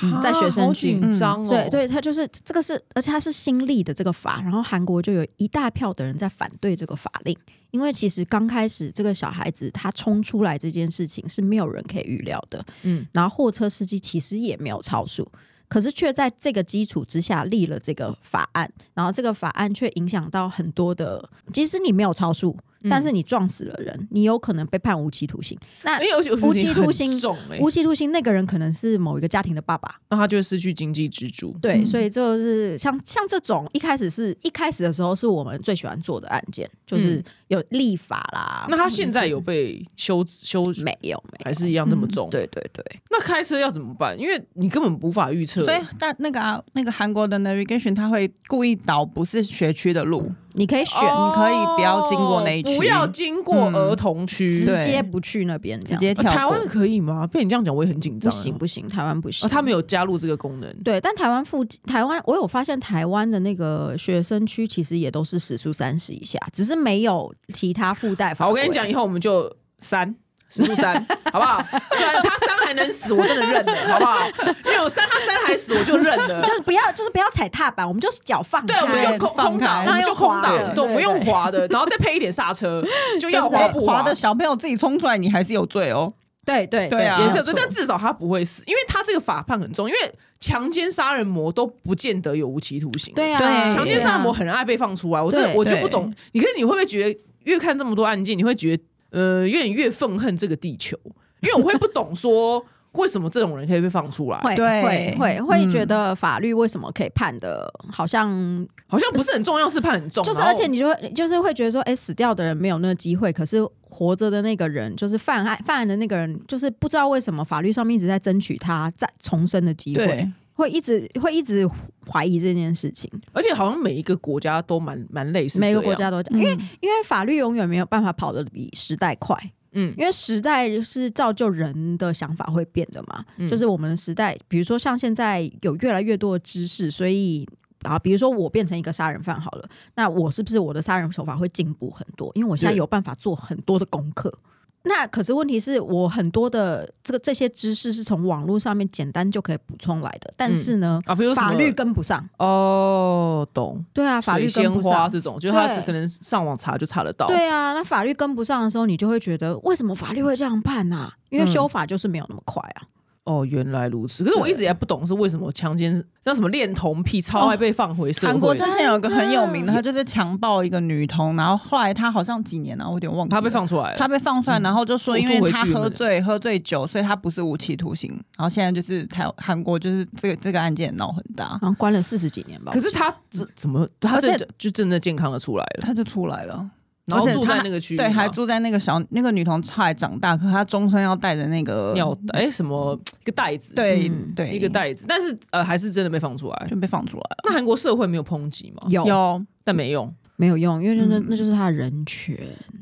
Speaker 4: 嗯在学生
Speaker 3: 好
Speaker 4: 区
Speaker 3: 紧张哦，
Speaker 4: 对对，他就是这个是，而且他是新立的这个法，然后韩国就有一大票的人在反对这个法令，因为其实刚开始这个小孩子他冲出来这件事情是没有人可以预料的，
Speaker 3: 嗯
Speaker 4: 嗯，然后货车司机其实也没有超速。可是却在这个基础之下立了这个法案，然后这个法案却影响到很多的，即使你没有超速，
Speaker 3: 嗯
Speaker 4: 但是你撞死了人，你有可能被判无期徒刑。那
Speaker 3: 因为有
Speaker 4: 无期徒刑
Speaker 3: 重哎、
Speaker 4: 无期徒刑那个人可能是某一个家庭的爸爸，
Speaker 3: 那他就会失去经济支柱。
Speaker 4: 对，所以就是像像这种一开始是一开始的时候是我们最喜欢做的案件，就是有立法啦。
Speaker 3: 嗯那他现在有被修修，
Speaker 4: 没有没
Speaker 3: 还
Speaker 4: 有？
Speaker 3: 是一样这么重？，
Speaker 4: 对对对，
Speaker 3: 那开车要怎么办？因为你根本无法预测。
Speaker 2: 所以，但那个啊，那个韩国的 navigation 他会故意导不是学区的路，
Speaker 4: 你可以选
Speaker 3: 哦
Speaker 2: 你可以不要经过那一区
Speaker 3: 不要经过儿童区。啊
Speaker 4: 直
Speaker 2: 对
Speaker 4: 接不去那边，
Speaker 2: 直接
Speaker 4: 这样
Speaker 2: 跳过。
Speaker 3: 台湾可以吗？被你这样讲，我也很紧
Speaker 4: 不
Speaker 3: 张。啊
Speaker 4: 行不行，台湾不行。
Speaker 3: 哦，他们有加入这个功能。
Speaker 4: 对，但台湾附近，台湾我有发现，台湾的那个学生区其实也都是时速三十以下，只是没有其他附带法
Speaker 3: 好，
Speaker 4: 规。
Speaker 3: 我跟你讲，以后我们就三。时速三，好不好？对，他三还能死，我真的认了，好不好？因为我三他三还死，我就认了。
Speaker 4: 就是不要，就是不要踩踏板，我们就是脚放
Speaker 3: 对，我们
Speaker 4: 开
Speaker 3: 就空
Speaker 2: 放
Speaker 3: 空档，
Speaker 2: 开
Speaker 3: 我们就空
Speaker 4: 然后
Speaker 3: 档，
Speaker 4: 用滑的
Speaker 3: 对，我们
Speaker 4: 对
Speaker 3: 用
Speaker 4: 对
Speaker 3: 滑的，然后再配一点刹车，就要
Speaker 2: 真的
Speaker 3: 滑不
Speaker 2: 滑啊
Speaker 3: 滑
Speaker 2: 的小朋友自己冲出来，你还是有罪哦。
Speaker 4: 对对
Speaker 2: 对啊
Speaker 3: 也是有
Speaker 4: 没有
Speaker 3: 罪，
Speaker 4: 错
Speaker 3: 但至少他不会死，因为他这个法判很重，因为强奸杀人魔都不见得有无期徒刑。
Speaker 2: 对
Speaker 4: 对啊，
Speaker 2: 啊
Speaker 3: 强奸杀人魔
Speaker 4: 魔
Speaker 3: 很爱被放出来，我真的
Speaker 4: 对
Speaker 3: 我就
Speaker 2: 对
Speaker 3: 不懂。你跟你会不会觉得越看这么多案件，你会觉得呃有点越愤恨这个地球？因为我会不懂说为什么这种人可以被放出来，
Speaker 4: 会
Speaker 2: 对
Speaker 4: 会会会
Speaker 2: 嗯
Speaker 4: 觉得法律为什么可以判的，好像
Speaker 3: 好像不是很重要，是判很重，
Speaker 4: 就是，
Speaker 3: 然后
Speaker 4: 而且你就会就是会觉得说，哎、死掉的人没有那个机会，可是活着的那个人，就是犯案犯案的那个人，就是不知道为什么法律上面一直在争取他再重生的机会，
Speaker 2: 对，
Speaker 4: 会一直会一直怀疑这件事情。
Speaker 3: 而且好像每一个国家都蛮蛮类似这样，
Speaker 4: 每个国家都讲，因为因为法律永远没有办法跑得比时代快，
Speaker 3: 嗯
Speaker 4: 因为时代是造就人的想法会变的嘛。
Speaker 3: 嗯
Speaker 4: 就是我们的时代，比如说像现在有越来越多的知识，所以。啊，比如说我变成一个杀人犯好了，那我是不是我的杀人手法会进步很多？因为我现在
Speaker 3: 对
Speaker 4: 有办法做很多的功课。那可是问题是我很多的这个这些知识是从网络上面简单就可以补充来的，但是呢，
Speaker 3: 啊，比如说什么
Speaker 4: 法律跟不上。
Speaker 3: 哦，懂。
Speaker 4: 对啊，法律
Speaker 3: 水
Speaker 4: 跟
Speaker 3: 仙
Speaker 4: 不
Speaker 3: 花
Speaker 4: 上。
Speaker 3: 这种，就是他
Speaker 4: 对
Speaker 3: 可能上网查就查得到。
Speaker 4: 对啊，那法律跟不上的时候，你就会觉得为什么法律会这样判啊？因为修法就是没有那么快啊。
Speaker 3: 哦，原来如此。可是我一直也不懂是为什么强奸，像什么恋童癖，超爱被放回社
Speaker 2: 韩国
Speaker 3: 会
Speaker 2: 之。前有一个很有名的，他就是强暴一个女童，然后后来他好像几年啊，我有点忘记了。
Speaker 3: 他被放出来了，
Speaker 2: 他被放出来，然后就说
Speaker 3: 嗯
Speaker 2: 因
Speaker 3: 我坐
Speaker 2: 为
Speaker 3: 回去
Speaker 2: 他
Speaker 3: 有没有
Speaker 2: 喝醉喝醉酒，所以他不是无期徒刑。然后现在就是台韩国就是这个这个案件闹很大，
Speaker 4: 好像关了四十几年吧。
Speaker 3: 可是他怎怎么，他
Speaker 2: 而且
Speaker 3: 这就真的健康的出来了，
Speaker 2: 他就出来了。
Speaker 3: 然后
Speaker 2: 而且
Speaker 3: 住
Speaker 2: 他
Speaker 3: 在那个区域嘛，
Speaker 2: 对，还住在那个小那个女童后来长大，可她终身要带着那个
Speaker 3: 尿哎什么一个袋子，，
Speaker 2: 对、
Speaker 4: 嗯
Speaker 2: 对
Speaker 3: 一个袋子，但是呃还是真的被放出来。
Speaker 2: 就被放出来了。
Speaker 3: 那韩国社会没有抨击吗？
Speaker 4: 有
Speaker 2: 有
Speaker 3: 但没用
Speaker 4: 没有用？因为那、
Speaker 2: 嗯
Speaker 4: 那就是他的人权。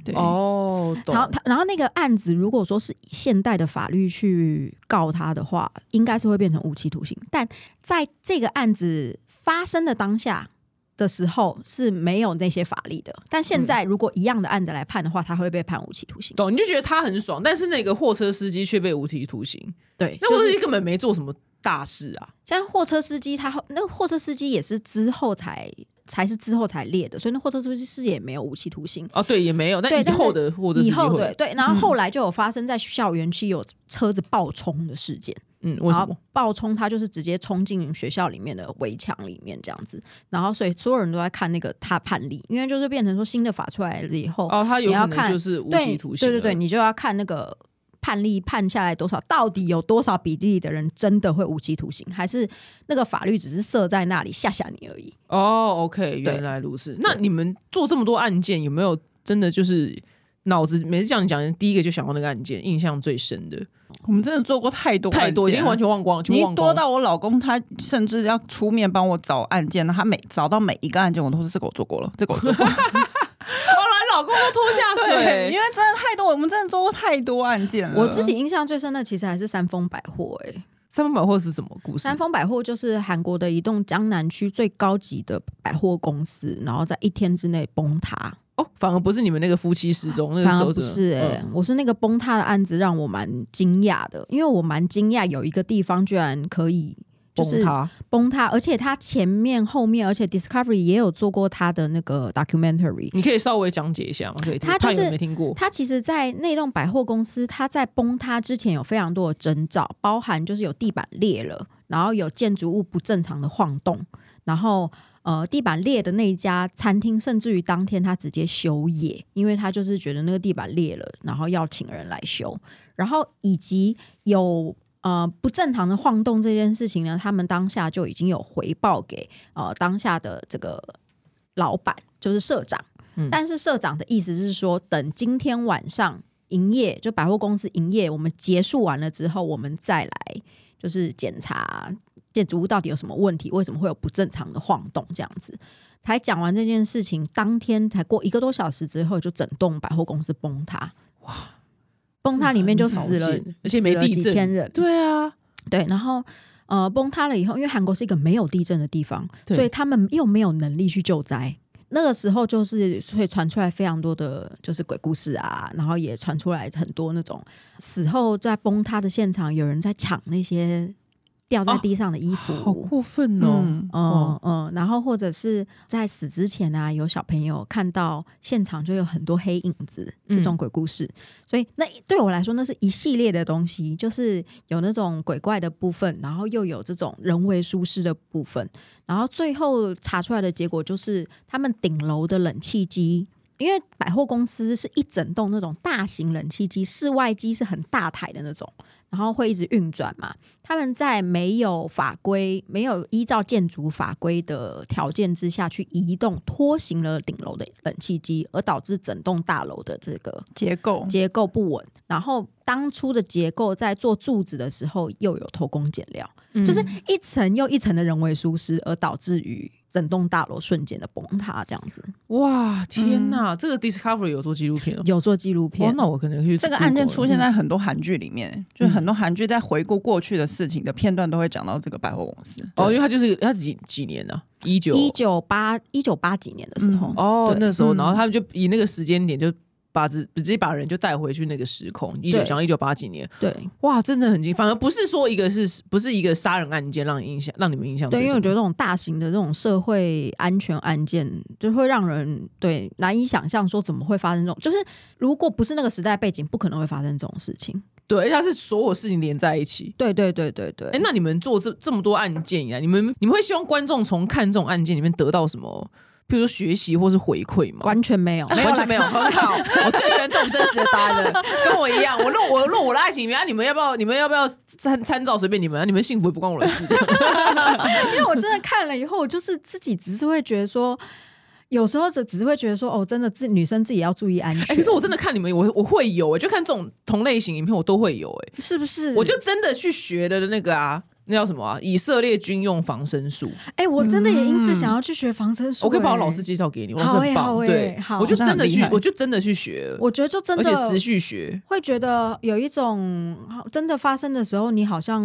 Speaker 2: 对
Speaker 3: 哦，懂
Speaker 4: 然后他，然后那个案子如果说是以现代的法律去告他的话，应该是会变成无期徒刑。但在这个案子发生的当下的时候是没有那些法律的。但现在如果一样的案子来判的话，他会被判无期徒刑。
Speaker 3: 懂，你就觉得他很爽，但是那个货车司机却被无期徒刑，
Speaker 4: 对
Speaker 3: 那货车司机根本没做什么大事啊。
Speaker 4: 像货车司机他，后那个货车司机也是之后才才是之后才列的，所以那货车司机是也没有无期徒刑。
Speaker 3: 哦，对，也没有。
Speaker 4: 对
Speaker 3: 但以
Speaker 4: 但是
Speaker 3: 后的或者是
Speaker 4: 以后
Speaker 3: 会嗯
Speaker 4: 对，对，然后后来就有发生在校园区有车子爆冲的事件，
Speaker 3: 嗯，为
Speaker 4: 然
Speaker 3: 什
Speaker 4: 后
Speaker 3: 么？
Speaker 4: 爆冲他就是直接冲进学校里面的围墙里面这样子，然后所以所有人都在看那个他判例，因为就是变成说新的法出来了以后，
Speaker 3: 哦，他有
Speaker 4: 你要
Speaker 3: 可
Speaker 4: 看
Speaker 3: 能就是无
Speaker 4: 对
Speaker 3: 期徒刑了。
Speaker 4: 对对对，你就要看那个判例判下来多少，到底有多少比例的人真的会无期徒刑，还是那个法律只是设在那里吓吓你而已？
Speaker 3: 哦，OK，原来如此。那你们做这么多案件，有没有真的就是脑子每次这样讲，第一个就想到那个案件，印象最深的
Speaker 2: 我们真的做过太多
Speaker 3: 太多，已
Speaker 2: 案件
Speaker 3: 经完全忘光了，全
Speaker 2: 你
Speaker 3: 忘光
Speaker 2: 多
Speaker 3: 了。
Speaker 2: 到我老公，他甚至要出面帮我找案件，他每找到每一个案件，我都是这个我做过了，这个我做过 了。
Speaker 3: 后来老公都拖下
Speaker 2: 因
Speaker 3: 水，
Speaker 2: 为真的太多，我们真的做过太多案件了。
Speaker 4: 我
Speaker 3: 嗯
Speaker 4: 自己印象最深的其实还是三丰百货、欸，
Speaker 3: 三分百货是什么故事？
Speaker 4: 三丰百货就是韩国的一栋江南区最高级的百货公司，然后在一天之内崩塌，
Speaker 3: 哦，反而不是你们那个夫妻失踪，那个
Speaker 4: 反
Speaker 3: 时候
Speaker 4: 而不
Speaker 3: 真的
Speaker 4: 是哎、欸
Speaker 3: 嗯
Speaker 4: 我是那个崩塌的案子让我蛮惊讶的，因为我蛮惊讶有一个地方居然可以就是
Speaker 3: 他
Speaker 4: 崩塌，而且他前面、后面，而且 Discovery 也有做过他的那个 documentary。
Speaker 3: 你可以稍微讲解一下吗？可以听，
Speaker 4: 他就
Speaker 3: 怕有人
Speaker 4: 是
Speaker 3: 没听过。
Speaker 4: 他其实，在那栋百货公司，他在崩塌之前有非常多的征兆，包含就是有地板裂了，然后有建筑物不正常的晃动，然后呃，地板裂的那一家餐厅，甚至于当天他直接休业，因为他就是觉得那个地板裂了，然后要请人来修，然后以及有呃不正常的晃动这件事情呢，他们当下就已经有回报给呃当下的这个老板，就是社长。
Speaker 3: 嗯
Speaker 4: 但是社长的意思是说，等今天晚上营业，就百货公司营业，我们结束完了之后，我们再来就是检查建筑物到底有什么问题，为什么会有不正常的晃动这样子。才讲完这件事情，当天才过一个多小时之后，就整栋百货公司崩塌。哇！崩塌里面就死
Speaker 3: 这
Speaker 4: 了
Speaker 3: 很少见，而且没
Speaker 4: 死了
Speaker 3: 地
Speaker 4: 几
Speaker 3: 震
Speaker 4: 千人。
Speaker 3: 对啊，
Speaker 4: 对，然后呃崩塌了以后，因为韩国是一个没有地震的地方，
Speaker 3: 对
Speaker 4: 所以他们又没有能力去救灾。那个时候就是会传出来非常多的就是鬼故事啊，然后也传出来很多那种死后在崩塌的现场有人在抢那些掉在
Speaker 3: 哦
Speaker 4: 地上的衣服。
Speaker 3: 好过分哦！
Speaker 2: 嗯，
Speaker 4: 嗯嗯，然后或者是在死之前啊，有小朋友看到现场就有很多黑影子这种鬼故事，所以那对我来说，那是一系列的东西，就是有那种鬼怪的部分，然后又有这种人为疏失的部分，然后最后查出来的结果就是他们顶楼的冷气机。因为百货公司是一整栋那种大型冷气机，室外机是很大台的那种，然后会一直运转嘛。他们在没有法规、没有依照建筑法规的条件之下去移动，拖行了顶楼的冷气机，而导致整栋大楼的这个
Speaker 2: 结
Speaker 3: 嗯
Speaker 2: 构
Speaker 4: 结构不稳。然后当初的结构在做柱子的时候又有偷工减料，
Speaker 3: 嗯
Speaker 4: 就是一层又一层的人为疏失，而导致于整栋大楼瞬间的崩塌。这样子
Speaker 3: 哇，天哪！这个 Discovery 嗯有做纪录片哦，
Speaker 4: 有做纪录
Speaker 3: 哇
Speaker 4: 片，
Speaker 3: 那我可能去
Speaker 2: 这个案件
Speaker 3: Google
Speaker 2: 出现在很多韩剧里
Speaker 4: 嗯
Speaker 2: 面，就是很多韩剧在回顾过去的事情的片段都会讲到这个百货公司。
Speaker 3: 哦，因为他就是他几几年呢？一九
Speaker 4: 一九八一九八几年的时候，
Speaker 2: 嗯
Speaker 3: 哦
Speaker 4: 对，
Speaker 3: 那时候，
Speaker 2: 嗯
Speaker 3: 然后他们就以那个时间点就把直直接把人就带回去那个时空，一九想一九八几年，
Speaker 4: 对
Speaker 3: 哇，真的很近，反而不是说一个是不是一个杀人案件让你印象让你们印象
Speaker 4: 对，因为我觉
Speaker 3: 得
Speaker 4: 得这种大型的这种社会安全案件，就会让人对难以想象说怎么会发生这种，就是如果不是那个时代背景，不可能会发生这种事情。
Speaker 3: 对，而且它是所有事情连在一起。
Speaker 4: 对对对对对。
Speaker 3: 哎，那你们做这这么多案件以来，你们你们会希望观众从看这种案件里面得到什么？譬如说学习或是回馈吗？
Speaker 4: 完全没有，
Speaker 3: 完 全没有，很好，我最喜欢这种真实的答案了，跟我一样。我论我论我的爱情里面，啊你们要不要？你们要不要参参照？随便你们，啊你们幸福也不关我的事。这样
Speaker 4: 因为我真的看了以后，我就是自己只是会觉得说，有时候只只是会觉得说，哦，真的自女生自己要注意安全。
Speaker 3: 哎、可是 我真
Speaker 4: 的
Speaker 3: 的看你们，我我会有、哎，就看这种同类型影片，我都会有、哎，
Speaker 4: 是不是？
Speaker 3: 我就真的去学的那个啊，那叫什么啊？以色列军用防身术，
Speaker 4: 哎、我真的也因此想要去学防身术、
Speaker 3: 嗯我可以把我
Speaker 4: 哎
Speaker 3: 老师。介绍给你，我
Speaker 4: 好
Speaker 3: 老师很
Speaker 4: 哎
Speaker 3: 棒。
Speaker 4: 好哎
Speaker 3: 对，
Speaker 4: 好
Speaker 3: 我就真的
Speaker 2: 好像很厉
Speaker 3: 去
Speaker 2: 害，
Speaker 3: 我就真的去学了，
Speaker 4: 我觉得就真
Speaker 3: 而
Speaker 4: 的
Speaker 3: 且持续学。
Speaker 4: 会觉得有一种真的发生的时候，你好像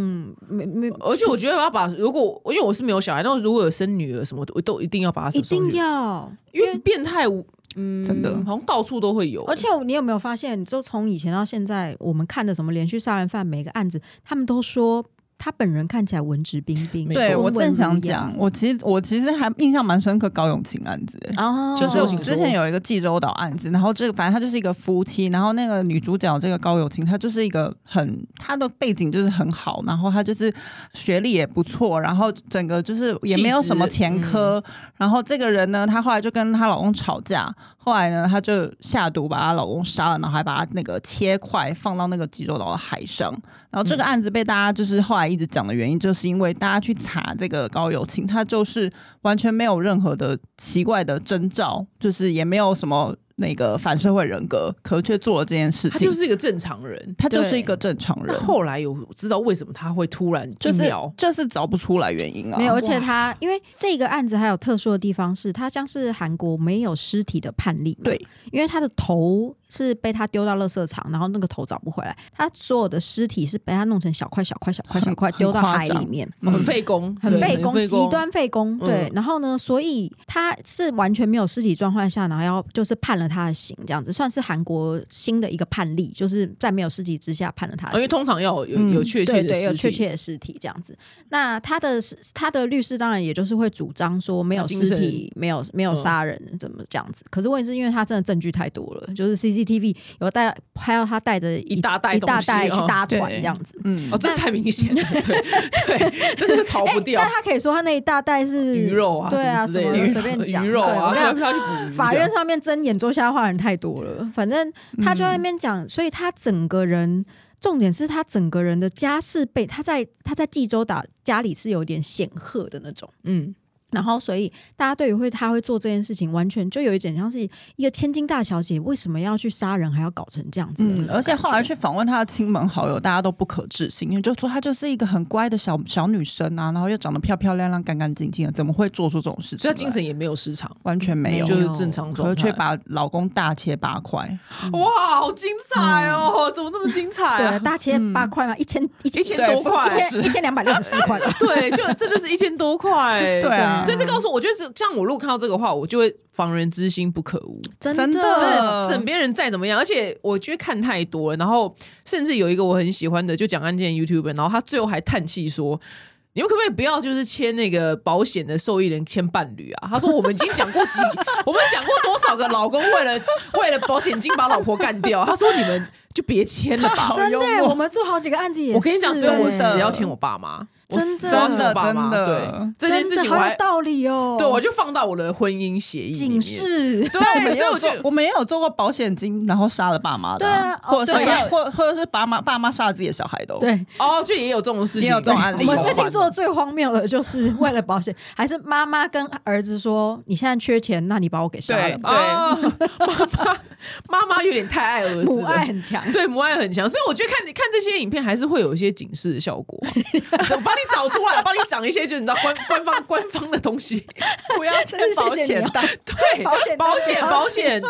Speaker 4: 没没
Speaker 3: 而且我觉得我要把，如果因为我是没有小孩，但如果有生女儿什么的，我都一定要把她
Speaker 4: 一
Speaker 3: 手送
Speaker 4: 定
Speaker 3: 去
Speaker 4: 要。
Speaker 3: 因为变态无，嗯，
Speaker 2: 真的
Speaker 3: 好像到处都会有，
Speaker 4: 而且你有没有发现，就从以前到现在，我们看的什么连续杀人犯，每个案子他们都说他本人看起来文质彬彬，
Speaker 3: 没错
Speaker 2: 对我
Speaker 4: 温文
Speaker 2: 正想
Speaker 4: 儒雅
Speaker 2: 讲，我其实我其实还印象蛮深刻高永晴案子、
Speaker 4: 哦
Speaker 2: 就是
Speaker 3: 请
Speaker 2: 我
Speaker 3: 说
Speaker 2: 之前有一个济州岛案子，然后这个反正他就是一个夫妻，然后那个女主角这个高友琴，她就是一个很她的背景就是很好，然后她就是学历也不错，然后整个就是也没有什么前科，然后这个人呢，她后来就跟她老公吵架，后来呢，她就下毒把她老公杀了，然后还把她那个切块放到那个济州岛的海上，然后这个案子被大家就是后来一直讲的原因，就是因为大家去查这个高友琴，她就是完全没有任何的奇怪的征兆，就是也没有什么那个反社会人格，可却做了这件事
Speaker 3: 他
Speaker 2: 情。
Speaker 3: 就是一个正常人。
Speaker 2: 他就是
Speaker 4: 对
Speaker 2: 一个正常人
Speaker 3: 那，后来有知道为什么他会突然
Speaker 2: 就是
Speaker 3: 聊，
Speaker 2: 就是找不出来原因啊。
Speaker 4: 没有，而且他因为这个案子还有特殊的地方是，他像是韩国没有尸体的判例，
Speaker 2: 对，
Speaker 4: 因为他的头是被他丢到垃圾场，然后那个头找不回来，他所有的尸体是被他弄成小块小块小块小块
Speaker 2: 很
Speaker 4: 丢到
Speaker 2: 夸
Speaker 4: 海
Speaker 2: 张
Speaker 4: 里面，
Speaker 3: 哦
Speaker 4: 嗯
Speaker 3: 很费工，
Speaker 4: 很
Speaker 3: 嗯对
Speaker 4: 费工，极端费工。
Speaker 3: 嗯
Speaker 4: 对，然后呢，所以他是完全没有尸体状况下，然后要就是判了他的刑，这样子算是韩国新的一个判例，就是在没有尸体之下判了他
Speaker 3: 啊
Speaker 4: 的
Speaker 3: 因为
Speaker 4: 刑。
Speaker 3: 通常要有有
Speaker 2: 嗯
Speaker 3: 有确切
Speaker 4: 对
Speaker 3: 的
Speaker 4: 对，有
Speaker 3: 尸
Speaker 4: 确
Speaker 3: 体，
Speaker 4: 切的尸体这样子。那他的他的律师当然也就是会主张说没有
Speaker 3: 精
Speaker 4: 尸
Speaker 3: 神
Speaker 4: 体，没有没有
Speaker 3: 嗯
Speaker 4: 杀人，怎么这样子？可是问题是因为他真的证据太多了，就是 CCTV 有带拍到他带着
Speaker 3: 一大袋
Speaker 4: 一大
Speaker 3: 东西
Speaker 4: 袋去
Speaker 3: 嗯
Speaker 4: 搭船
Speaker 2: 对
Speaker 4: 这样子。
Speaker 2: 嗯
Speaker 3: 哦，，这太明显 了，对对，这是逃不掉
Speaker 4: 但他可以说他那一大袋哎是
Speaker 3: 鱼肉啊，
Speaker 4: 对啊，
Speaker 3: 什
Speaker 4: 什
Speaker 3: 么
Speaker 4: 么
Speaker 3: 之类的
Speaker 4: 的随便讲
Speaker 3: 鱼肉啊，
Speaker 4: 对
Speaker 3: 要
Speaker 4: 我
Speaker 3: 不
Speaker 4: 跟你
Speaker 3: 要去 捕鱼？
Speaker 4: 讲法院上面睁眼做瞎话的人太多了，反正他就在那边
Speaker 3: 嗯
Speaker 4: 讲，所以他整个人，重点是他整个人的家世被他在他在济州岛家里是有点显赫的那种，
Speaker 3: 嗯，
Speaker 4: 然后所以大家对于会他会做这件事情，完全就有一点像是一个千金大小姐为什么要去杀人，还要搞成这样子的那种
Speaker 2: 嗯
Speaker 4: 感，觉，
Speaker 2: 而且后来去访问她的亲朋好友，大家都不可置信，因为就说她就是一个很乖的小小女生啊，然后又长得漂漂亮亮、干干净净的，怎么会做出这种事情来？
Speaker 3: 所以他精神也没有失常，
Speaker 2: 完全没有，
Speaker 3: 就
Speaker 4: 没
Speaker 3: 是
Speaker 4: 有
Speaker 3: 正常
Speaker 2: 可
Speaker 3: 状
Speaker 2: 是却
Speaker 3: 态。
Speaker 2: 把老公大切八块，
Speaker 3: 哇，好精彩哦！怎么那么精彩
Speaker 4: 嗯对
Speaker 3: 啊？
Speaker 4: 大千八块嘛，一千一
Speaker 3: 一
Speaker 4: 千
Speaker 3: 千
Speaker 2: 对
Speaker 3: 多
Speaker 4: 一
Speaker 3: 块，
Speaker 4: 千一千两百六十四 块吧。
Speaker 3: 对，就这就是一千多块，
Speaker 2: 对啊
Speaker 3: 所以这告诉我，我觉得是像我如果看到这个话，我就会防人之心不可无。
Speaker 4: 真
Speaker 2: 真的嗯
Speaker 3: 枕边人再怎么样，而且我觉得看太多了，然后甚至有一个我很喜欢的，就讲案件 YouTube，然后他最后还叹气说。你们可不可以不要就是签那个保险的受益人签伴侣啊？他说我们已经讲过几， 我们讲过多少个老公为了 为了保险金把老婆干掉？他说你们 就别签了吧。
Speaker 4: 真的欸、我们做好几个案子也是、欸。
Speaker 3: 我跟你讲，所以我
Speaker 2: 真
Speaker 3: 死
Speaker 2: 的
Speaker 3: 要签我爸妈，我
Speaker 4: 真的
Speaker 3: 死要签我爸妈。
Speaker 2: 真的
Speaker 3: 对
Speaker 2: 真
Speaker 3: 这件事情，我
Speaker 4: 真的好
Speaker 3: 还
Speaker 4: 有道理哦。
Speaker 3: 对我就放到我的婚姻协议里
Speaker 4: 警
Speaker 3: 面。
Speaker 4: 示。
Speaker 3: 对，
Speaker 2: 那我们也
Speaker 3: 所以
Speaker 2: 有
Speaker 3: 我就
Speaker 2: 做，我们也有做过保险金，然后杀了爸妈的、
Speaker 4: 对啊哦
Speaker 2: 或者是
Speaker 4: 对
Speaker 2: 杀或或者是爸妈爸妈杀了自己的小孩的、哦，，
Speaker 4: 对，
Speaker 3: 哦，就也有这种事情，
Speaker 2: 也有这种案
Speaker 4: 我
Speaker 2: 例
Speaker 4: 们最
Speaker 2: 有
Speaker 4: 近做的最荒谬的就是为了保险，还是妈妈跟儿子说：“你现在缺钱，那你把我给杀了吧。
Speaker 3: 啊，妈妈妈妈有点太爱儿”子，
Speaker 4: 母爱。很强，
Speaker 3: 对母爱很强，所以我觉得看看这些影片还是会有一些警示的效果、啊。 我帮你找出来，我帮你讲一些，就是你知道官官方官方的东 西。
Speaker 2: 不要签
Speaker 4: 真是
Speaker 2: 保
Speaker 4: 谢谢
Speaker 2: 险
Speaker 4: 你哦
Speaker 2: 单，
Speaker 3: 对，
Speaker 4: 保险
Speaker 3: 保险
Speaker 4: 当然
Speaker 3: 保险，
Speaker 2: 啊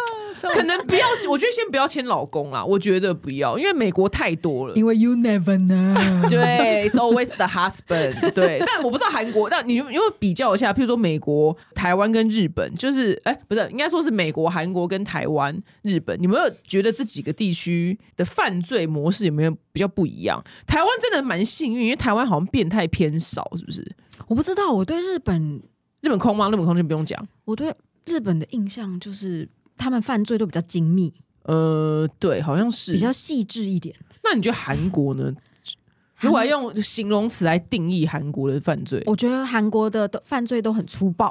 Speaker 3: 可能不要，我觉得先不要签老公啦，我觉得不要，因为美国太多了。
Speaker 4: 因为 you never know。
Speaker 3: 对，it's always the husband。对，但我不知道韩国，但你有没有比较一下，譬如说美国、台湾跟日本，就是哎、不是，应该说是美国、韩国跟台湾、日本，你们有觉得这几个地区的犯罪模式有没有比较不一样？台湾真的蛮幸运，因为台湾好像变态偏少，是不是？
Speaker 4: 我不知道，我对日本，
Speaker 3: 日本空吗？日本空就不用讲。
Speaker 4: 我对日本的印象就是他们犯罪都比较精密，
Speaker 3: 呃，对，好像是
Speaker 4: 比。较细致一点。
Speaker 3: 那你觉得韩国呢？如果要用形容词来定义韩国的犯罪，
Speaker 4: 我觉得韩国的都犯罪都很粗暴，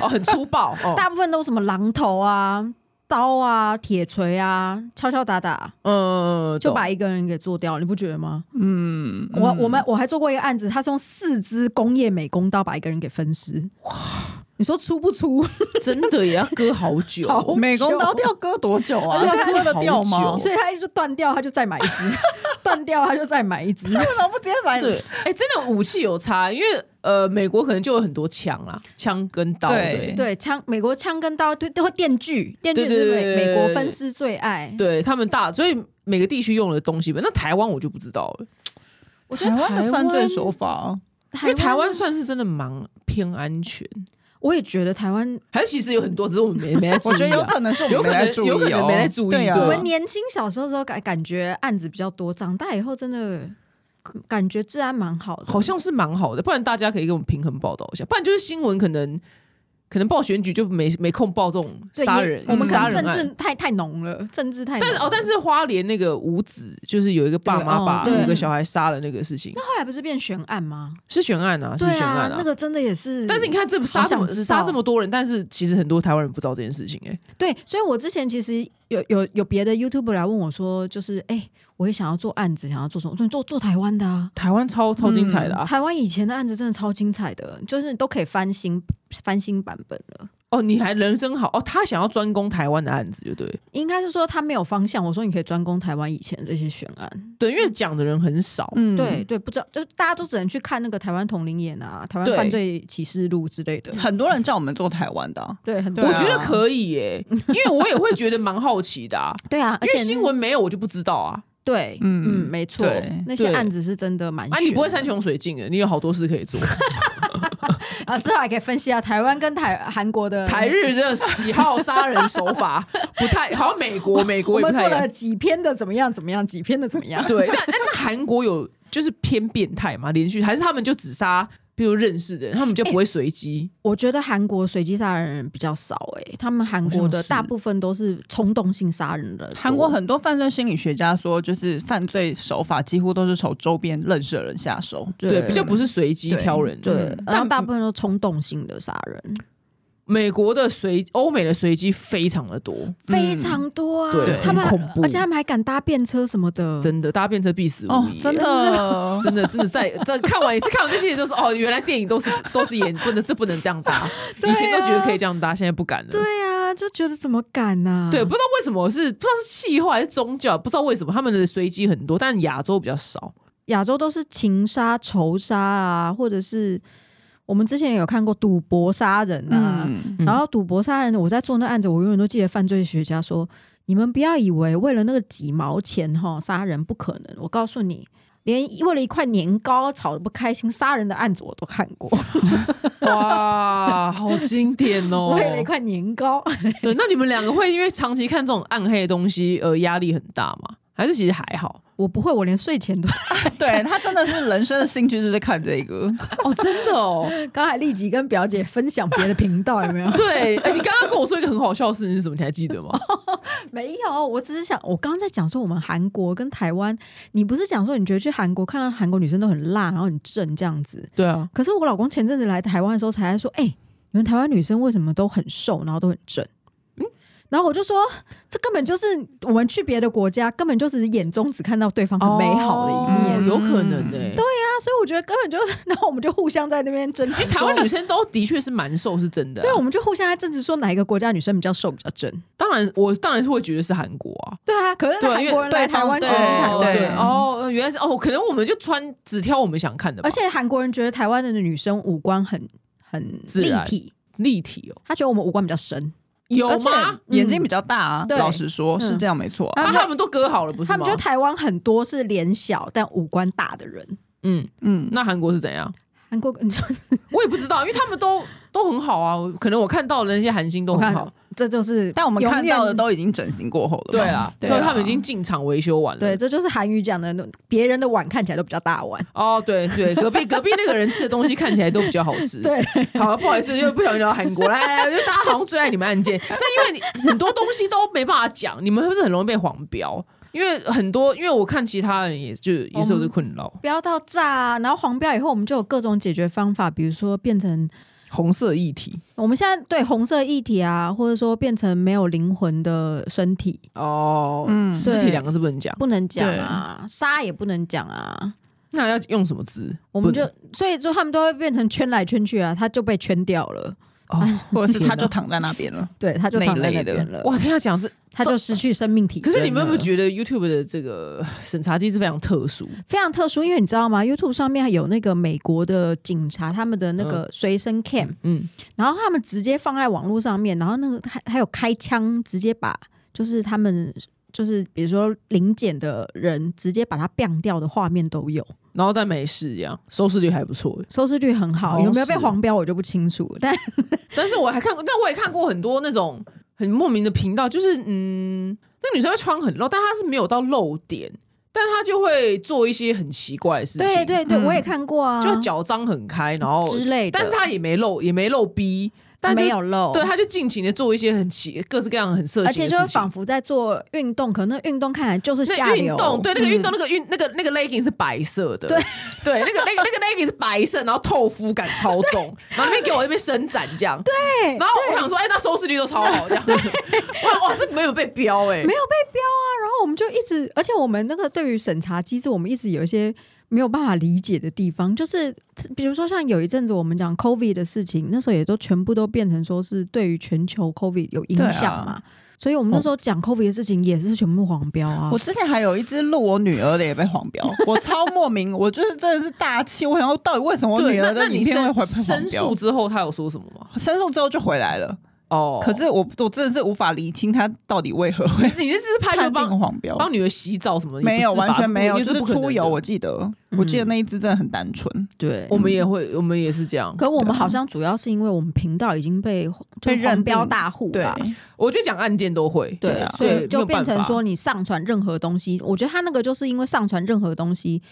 Speaker 3: 哦，很粗暴，哦，
Speaker 4: 大部分都什么榔头啊、刀啊、铁锤啊，敲敲打打
Speaker 3: 嗯、
Speaker 4: 就
Speaker 3: 懂
Speaker 4: 把一个人给做掉，你不觉得吗？嗯，我我们我还做过一个案子，他是用四支工业美工刀把一个人给分尸，哇！你说粗不粗？
Speaker 3: 真的也要割好久，
Speaker 4: 好
Speaker 2: 美工刀掉割多久啊？
Speaker 4: 而且它
Speaker 2: 割得
Speaker 3: 好
Speaker 2: 掉吗
Speaker 3: 久？
Speaker 4: 所以他一直断掉，他就再买一支； 断掉，他就再买一支。
Speaker 2: 为什么不直接把你
Speaker 3: 对，哎、真的武器有差，因为呃，美国可能就有很多枪啦，枪跟刀，
Speaker 2: 对
Speaker 3: 对
Speaker 4: 对，枪美国枪跟刀都都会电锯，电锯
Speaker 3: 对对
Speaker 4: 是
Speaker 3: 对
Speaker 4: 美
Speaker 3: 对
Speaker 4: 美
Speaker 3: 对
Speaker 4: 国分尸最爱。
Speaker 3: 对，他们大，所以每个地区用的东西吧。那台湾我就不知道了，
Speaker 4: 我觉
Speaker 2: 台
Speaker 4: 得
Speaker 2: 湾的犯罪手
Speaker 4: 说，
Speaker 2: 法，
Speaker 3: 因为台湾
Speaker 4: 呢，
Speaker 3: 算是真的蛮偏安全，
Speaker 4: 我也觉得台湾
Speaker 3: 还是其实有很多，只是我们没没在注
Speaker 2: 我
Speaker 3: 意、啊。
Speaker 2: 觉得有可能是我们
Speaker 3: 有可
Speaker 2: 没
Speaker 3: 能
Speaker 2: 在注意、哦，
Speaker 3: 有可能没在注意
Speaker 2: 对
Speaker 3: 对
Speaker 4: 我
Speaker 2: 啊
Speaker 4: 们。年轻小时候的时候感感觉案子比较多，长大以后真的感觉治安蛮好的。
Speaker 3: 好像是蛮好的，不然大家可以给我们平衡报道一下，不然就是新闻可能可能报选举就没没空报这种
Speaker 4: 对
Speaker 3: 杀
Speaker 4: 也
Speaker 3: 人，
Speaker 4: 我们可
Speaker 3: 杀
Speaker 4: 能
Speaker 3: 人
Speaker 4: 政
Speaker 3: 案。
Speaker 4: 治太太浓了，政治太浓
Speaker 3: 但
Speaker 4: 了。
Speaker 3: 是哦，但是花莲那个五子就是有一个爸
Speaker 4: 对
Speaker 3: 妈
Speaker 4: 哦
Speaker 3: 把
Speaker 4: 对
Speaker 3: 五个小孩杀了那个事情，
Speaker 4: 后来不是变悬案吗？
Speaker 3: 是悬案啊，是
Speaker 4: 对
Speaker 3: 悬案
Speaker 4: 啊，那个真的也是。
Speaker 3: 但是你看这杀
Speaker 4: 好
Speaker 3: 这
Speaker 4: 想
Speaker 3: 么
Speaker 4: 知道
Speaker 3: 杀这么多人，但是其实很多台湾人不知道这件事情、欸，
Speaker 4: 对，所以我之前其实有有有别的 YouTube 来问我说，就是哎、我也想要做案子，想要做什么？我说你做做台湾的啊。
Speaker 3: 台湾超超精
Speaker 4: 嗯
Speaker 3: 彩的啊！
Speaker 4: 台湾以前的案子真的超精彩的，就是都可以翻新翻新版本了。
Speaker 3: 哦，你还人生好哦，他想要专攻台湾的案子，就对
Speaker 4: 应该是说他没有方向。我说你可以专攻台湾以前这些悬案，
Speaker 3: 对，因为讲的人很少，
Speaker 2: 嗯
Speaker 4: 对，对，不知道，就大家都只能去看那个台湾同龄眼啊、台湾
Speaker 3: 对
Speaker 4: 犯罪启示录之类的。
Speaker 2: 很多人叫我们做台湾的啊、
Speaker 4: 对，很多
Speaker 2: 对啊
Speaker 3: 我觉得可以 耶、因为我也会觉得蛮好奇的啊，
Speaker 4: 对 啊，而
Speaker 3: 因
Speaker 4: 且
Speaker 3: 为新闻没有我就不知道啊，
Speaker 4: 对，
Speaker 2: 嗯
Speaker 4: 嗯没错
Speaker 2: 对，
Speaker 4: 那些
Speaker 3: 对
Speaker 4: 案子是真的蛮
Speaker 3: 啊，你不会
Speaker 4: 悬
Speaker 3: 山
Speaker 4: 的
Speaker 3: 穷水尽的，你有好多事可以 做，
Speaker 4: 啊？之后还可以分析啊，台湾跟台韩国的
Speaker 3: 台日这个喜好杀人手法不太，好像美国美
Speaker 4: 我
Speaker 3: 国也
Speaker 4: 们
Speaker 3: 不太
Speaker 4: 做
Speaker 3: 一样
Speaker 4: 了，几篇的怎么样怎么样，几篇的怎么样？
Speaker 3: 对，但但那韩国有就是偏变态嘛，连续还是他们就只杀，比如认识的人，他们就不会随机、
Speaker 4: 我觉得韩国随机杀人人比较少哎、他们韩国
Speaker 3: 好像
Speaker 4: 的
Speaker 3: 是
Speaker 4: 大部分都是冲动性杀人的多。
Speaker 2: 韩国很多犯罪心理学家说，就是犯罪手法几乎都是从周边认识的人下手。
Speaker 3: 对，比较不是随机
Speaker 2: 对
Speaker 3: 挑人，
Speaker 4: 欸对，然
Speaker 3: 但嗯
Speaker 4: 后大部分都冲动性的杀人，
Speaker 3: 美国的随欧美的随机非常的多，
Speaker 4: 非常多啊。
Speaker 3: 对
Speaker 4: 他们
Speaker 3: 很恐怖
Speaker 4: 而且他们还敢搭便车什么的。
Speaker 3: 真的，大家变成必死无
Speaker 2: 哦
Speaker 3: 疑、，欸
Speaker 2: 真 的，
Speaker 3: 真的真的在在看完一次看完这些，就是哦，原来电影都是都是演不能这不能这样搭，以前都觉得可以这样搭，现在不敢了。
Speaker 4: 对啊，就觉得怎么敢啊呢、
Speaker 3: 对，不知道为什么是不知道是气候还是宗教，不知道为什么他们的随机很多，但亚洲比较少。
Speaker 4: 亚洲都是情杀、仇杀啊，或者是我们之前也有看过赌博杀人啊，
Speaker 2: 嗯，
Speaker 3: 嗯
Speaker 4: 然后赌博杀人，我在做那案子，我永远都记得犯罪学家说：“你们不要以为为了那个几毛钱哈杀人不可能。”我告诉你，连为了一块年糕吵得不开心杀人的案子我都看过。
Speaker 3: 哇，好经典 哦
Speaker 4: 为了一块年糕，
Speaker 3: 对，那你们两个会因为长期看这种暗黑的东西，呃，压力很大吗？还是其实还好？
Speaker 4: 我不会，我连睡前都……
Speaker 2: 啊对他真的是人生的兴趣就是看这个，
Speaker 3: 哦，真的哦。？
Speaker 4: 刚才立即跟表姐分享别的频道，有没有
Speaker 3: 对，哎、你刚刚跟我说一个很好笑的事情是什么？你还记得吗？
Speaker 4: 没有，我只是想，我刚刚在讲说我们韩国跟台湾，你不是讲说你觉得去韩国看到韩国女生都很辣，然后很正这样子，
Speaker 3: 对啊，
Speaker 4: 可是我老公前阵子来台湾的时候，才在说：“哎、你们台湾女生为什么都很瘦，然后都很正？”然后我就说，这根本就是我们去别的国家，根本就只是眼中只看到对方很美好的一面。
Speaker 3: 哦有可能呢、对啊，
Speaker 4: 那、所以我觉得根本就，然后我们就互相在那边 争执
Speaker 3: 因为台
Speaker 4: 说，
Speaker 3: 湾女生都的确是蛮瘦，是真的、啊
Speaker 4: 对，我，们就互相在争执说哪一个国家女生比较瘦比较正。
Speaker 3: 当然我当然是会觉得是韩国啊。
Speaker 4: 对啊，可是
Speaker 3: 对
Speaker 4: 那韩国人来
Speaker 2: 因为对
Speaker 4: 台湾
Speaker 2: 对
Speaker 4: 觉得是
Speaker 2: 方
Speaker 4: 台
Speaker 3: 哦
Speaker 4: 湾
Speaker 2: 对
Speaker 4: 人，
Speaker 3: 哦，原来是哦，可能我们就穿只挑我们想看的吧，
Speaker 4: 而且韩国人觉得台湾的女生五官很很
Speaker 3: 自
Speaker 4: 立
Speaker 3: 然
Speaker 4: 体，
Speaker 3: 立体哦，
Speaker 4: 他觉得我们五官比较深，
Speaker 3: 有
Speaker 2: 而且
Speaker 3: 吗？嗯
Speaker 2: 眼睛比较大啊。
Speaker 4: 对
Speaker 2: 老实说，
Speaker 4: 嗯
Speaker 2: 是这样没错啊。
Speaker 3: 啊，他们都割好了，不是
Speaker 4: 他
Speaker 3: 吗
Speaker 4: 们觉？得台湾很多是脸小但五官大的人。
Speaker 3: 嗯，
Speaker 2: 嗯，
Speaker 3: 那韩国是怎样？
Speaker 4: 韩国 你就是
Speaker 3: 我也不知道，因为他们都都很好啊，可能我看到的那些韩星都很
Speaker 4: 我
Speaker 3: 好。
Speaker 4: 这就是，
Speaker 2: 但我们看到的
Speaker 4: 永远。
Speaker 2: 都已经整形过后了嘛。
Speaker 3: 对啊，
Speaker 2: 对
Speaker 3: 对
Speaker 2: 啊
Speaker 3: 他们已经进场维修完了。
Speaker 4: 对，这就是韩语讲的，别人的碗看起来都比较大碗。
Speaker 3: 哦，对对，隔壁隔壁那个人吃的东西看起来都比较好 吃。
Speaker 4: 对，
Speaker 3: 好，不好意思，又不小心聊到韩国，来来来，就大家好像最爱你们案件， 但因为你很多东西都没办法讲，你们是不是很容易被黄标？因为很多，因为我看其他人也就也是有这困扰，
Speaker 4: 不要到炸、然后黄标以后，我们就有各种解决方法，比如说变成
Speaker 3: 红色议题
Speaker 4: 我们现在对红色议题啊，或者说变成没有灵魂的身体
Speaker 3: 哦，
Speaker 2: 嗯
Speaker 3: 尸体
Speaker 4: 对
Speaker 3: 两个字不能讲，
Speaker 4: 不能讲啊，杀也不能讲啊，
Speaker 3: 那要用什么字？
Speaker 4: 我们就
Speaker 3: 不能
Speaker 4: 所以说他们都会变成圈来圈去啊，他就被圈掉了，
Speaker 3: 哦，
Speaker 2: 或者是他就
Speaker 3: 天
Speaker 2: 躺在那边了。
Speaker 4: 对，他就
Speaker 2: 那一
Speaker 4: 躺在
Speaker 2: 类
Speaker 4: 那
Speaker 2: 的
Speaker 4: 边了，
Speaker 3: 哇，听他讲这，
Speaker 4: 他就失去生命体
Speaker 3: 可
Speaker 4: 征了。
Speaker 3: 是你们有没有觉得 YouTube 的这个审查机制非常特殊？
Speaker 4: 非常特殊，因为你知道吗？YouTube 上面有那个美国的警察他们的那个随身 cam，、
Speaker 3: 嗯，
Speaker 4: 然后他们直接放在网络上面，然后那个还还有开枪，直接把就是他们就是比如说临检的人直接把他毙掉的画面都有，
Speaker 3: 然后但没事一样，收视率还不错。
Speaker 4: 收视率很
Speaker 3: 好
Speaker 4: 好，
Speaker 3: 像
Speaker 4: 有没有被
Speaker 3: 哦是
Speaker 4: 黄标我就不清楚，但
Speaker 3: 但是我还看过，但我也看过很多那种很莫名的频道，就是嗯，那女生会穿很露，但她是没有到露点，但她就会做一些很奇怪的事情，
Speaker 4: 对对对，
Speaker 2: 嗯
Speaker 4: 我也看过啊，
Speaker 3: 就脚张很开，然后
Speaker 4: 之类的，
Speaker 3: 但是她也没露，也没露逼，但就
Speaker 4: 没。有漏，
Speaker 3: 对，她就尽情的做一些很奇、各式各样很色
Speaker 4: 而
Speaker 3: 情
Speaker 4: 且
Speaker 3: 的
Speaker 4: 就
Speaker 3: 事
Speaker 4: 是
Speaker 3: 情
Speaker 4: 仿。佛在做运动，可能运动看起来就是下
Speaker 3: 那运
Speaker 4: 流，
Speaker 3: 动，对那个运
Speaker 2: 嗯
Speaker 3: 动，那个运那个那个 legging 是白色的，
Speaker 4: 对
Speaker 3: 对，那个那个那个 legging 是白色，然后透肤感超重，然后那边给我那边伸展这样，对，
Speaker 4: 对
Speaker 3: 然后我想说，哎，那收视率都超好这样，哇哇，这没有被标哎，
Speaker 4: 没有被标啊。然后我们就一直，而且我们那个对于审查机制，我们一直有一些没有办法理解的地方，就是比如说像有一阵子我们讲 COVID 的事情，那时候也都全部都变成说是对于全球 COVID 有影响嘛。所以我们那时候讲 COVID 的事情也是全部黄标啊
Speaker 2: 我。之前还有一只录我女儿的也被黄标，我超莫名，我就是真的是大气，我想要到底为什么我
Speaker 3: 对，
Speaker 2: 女
Speaker 3: 那
Speaker 2: 儿
Speaker 3: 那
Speaker 2: 的
Speaker 3: 你
Speaker 2: 影片会
Speaker 3: 申
Speaker 2: 会被黄
Speaker 3: 申
Speaker 2: 标
Speaker 3: 诉？之后，他有说什么吗？
Speaker 2: 申诉之后就回来了，
Speaker 3: 哦
Speaker 2: 可是我我真的是无法理清他到底为何会
Speaker 3: 你这是拍
Speaker 2: 判
Speaker 3: 个
Speaker 2: 定
Speaker 3: 帮
Speaker 2: 黄标，
Speaker 3: 帮女儿洗澡什么的，
Speaker 2: 没有
Speaker 3: 也不是吧
Speaker 2: 完全没有，
Speaker 3: 不
Speaker 2: 就是
Speaker 3: 不可能
Speaker 2: 出
Speaker 3: 的
Speaker 2: 游。我记得，我记得那一只真的很单纯，
Speaker 4: 对，啊
Speaker 3: 我们也会，我们也是这样。
Speaker 4: 可我们好像主要是因为我们频道已经被就
Speaker 2: 被
Speaker 4: 是黄
Speaker 2: 认
Speaker 4: 标
Speaker 2: 定
Speaker 4: 大户
Speaker 2: 对
Speaker 4: 了。
Speaker 3: 我觉得讲案件都会，
Speaker 4: 对，
Speaker 2: 对啊
Speaker 4: 所
Speaker 3: 对
Speaker 4: 以
Speaker 3: 没
Speaker 4: 就
Speaker 3: 有
Speaker 4: 变
Speaker 3: 办
Speaker 4: 成
Speaker 3: 法
Speaker 4: 说你上传任何东西，我觉得他那个就是因为上传任何东西，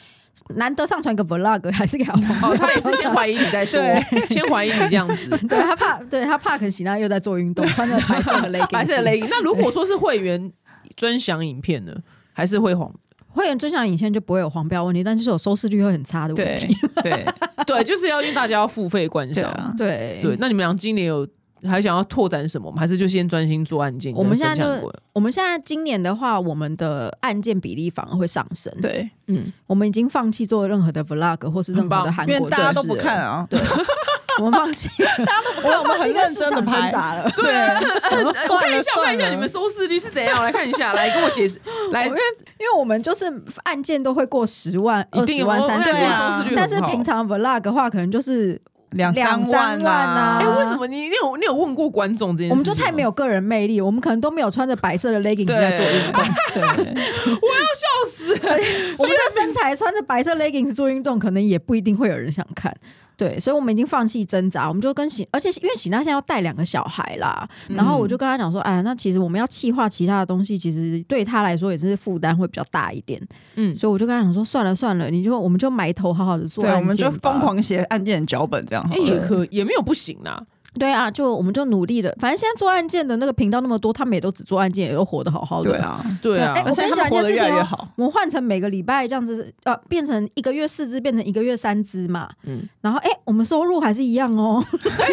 Speaker 4: 难得上传一个 vlog 还是给他
Speaker 3: 哦，他也是先怀疑你再说，先怀疑你这样子。
Speaker 4: 对他怕，对他怕肯喜娜又在做运动，穿着白色的 leggings，
Speaker 3: 白色雷影。那如果说是会员专享影片呢，还是会黄？
Speaker 4: 会员尊享影线就不会有黄标问题，但就是有收视率会很差的问
Speaker 2: 对
Speaker 4: 题。
Speaker 2: 对
Speaker 3: 对，就是要因为大家要付费观
Speaker 2: 对
Speaker 3: 赏。
Speaker 2: 啊，
Speaker 4: 对
Speaker 3: 对，那你们俩今年有还想要拓展什么吗？还是就先专心做案件跟
Speaker 4: 我们
Speaker 3: 分
Speaker 4: 现在
Speaker 3: 享
Speaker 4: 就嗯
Speaker 3: 过？
Speaker 4: 我们现在今年的话，我们的案件比例反而会上升。，
Speaker 2: 对，
Speaker 4: 嗯，我们已经放弃做任何的 vlog 或是任何的
Speaker 3: 很棒
Speaker 4: 韩
Speaker 2: 因
Speaker 4: 国
Speaker 2: 为大家都不
Speaker 4: 电视
Speaker 2: 看
Speaker 4: 了，
Speaker 2: 啊，
Speaker 4: 对，我们放弃了，大家都不看，我们
Speaker 2: 很认真地拍
Speaker 4: 挣扎了。
Speaker 2: 对，我说
Speaker 3: 哎 我
Speaker 2: 算
Speaker 3: 看一
Speaker 2: 了
Speaker 3: 下，我看
Speaker 2: 算
Speaker 3: 一下你们
Speaker 2: 了，
Speaker 3: 收视率是怎样，我来看一下，来跟我解 释，来
Speaker 4: 因为因为我们就是案件都会过十万、
Speaker 3: 一
Speaker 4: 二
Speaker 3: 定
Speaker 4: 十
Speaker 3: 有
Speaker 4: 万、
Speaker 3: 哦
Speaker 4: 三十
Speaker 3: 对
Speaker 2: 对
Speaker 4: 万，
Speaker 2: 啊
Speaker 3: 收视率很
Speaker 4: 但是
Speaker 3: 好
Speaker 4: 平常 vlog 的话，可能就是
Speaker 2: 两
Speaker 4: 两
Speaker 2: 三
Speaker 4: 三
Speaker 2: 万
Speaker 4: 万啊
Speaker 3: 哎、为什么你你有你有问过观众这件
Speaker 4: 我
Speaker 3: 事
Speaker 4: 们
Speaker 3: 情吗？
Speaker 4: 就太没有个人魅力，我们可能都没有穿着白色的
Speaker 2: 对
Speaker 4: leggings 在做 运动。
Speaker 2: 对，
Speaker 3: 笑死了，
Speaker 4: 我们这身材穿着白色 leggings 做运动，可能也不一定会有人想看。对，所以我们已经放弃挣扎，我们就跟喜，而且因为喜娜现在要带两个小孩啦，
Speaker 3: 嗯
Speaker 4: 然后我就跟她讲说，哎，那其实我们要气化其他的东西，其实对她来说也是负担会比较大一点，
Speaker 3: 嗯，
Speaker 4: 所以我就跟她讲说，算了算了，你就我们就埋头好好的做
Speaker 2: 对，
Speaker 4: 案件吧，
Speaker 2: 我们就疯狂写案件脚本这样好
Speaker 3: 哎、
Speaker 2: 了，
Speaker 3: 也可也没有不行啦，
Speaker 4: 对啊，就我们就努力的，反正现在做案件的那个频道那么多，他们也都只做案件，也都活得好好的。
Speaker 2: 对，啊，
Speaker 3: 对啊，
Speaker 4: 哎
Speaker 2: 而
Speaker 4: 我
Speaker 2: 且
Speaker 4: 跟你
Speaker 2: 他们
Speaker 4: 讲
Speaker 2: 活
Speaker 4: 一件
Speaker 2: 得
Speaker 4: 事
Speaker 2: 越来
Speaker 4: 情
Speaker 2: 越
Speaker 4: 哦，
Speaker 2: 好，
Speaker 4: 我们换成每个礼拜这样子，呃，变成一个月四支，变成一个月三支嘛。
Speaker 3: 嗯
Speaker 4: 嗯，然后哎、我们收入还是一样哦。
Speaker 3: 那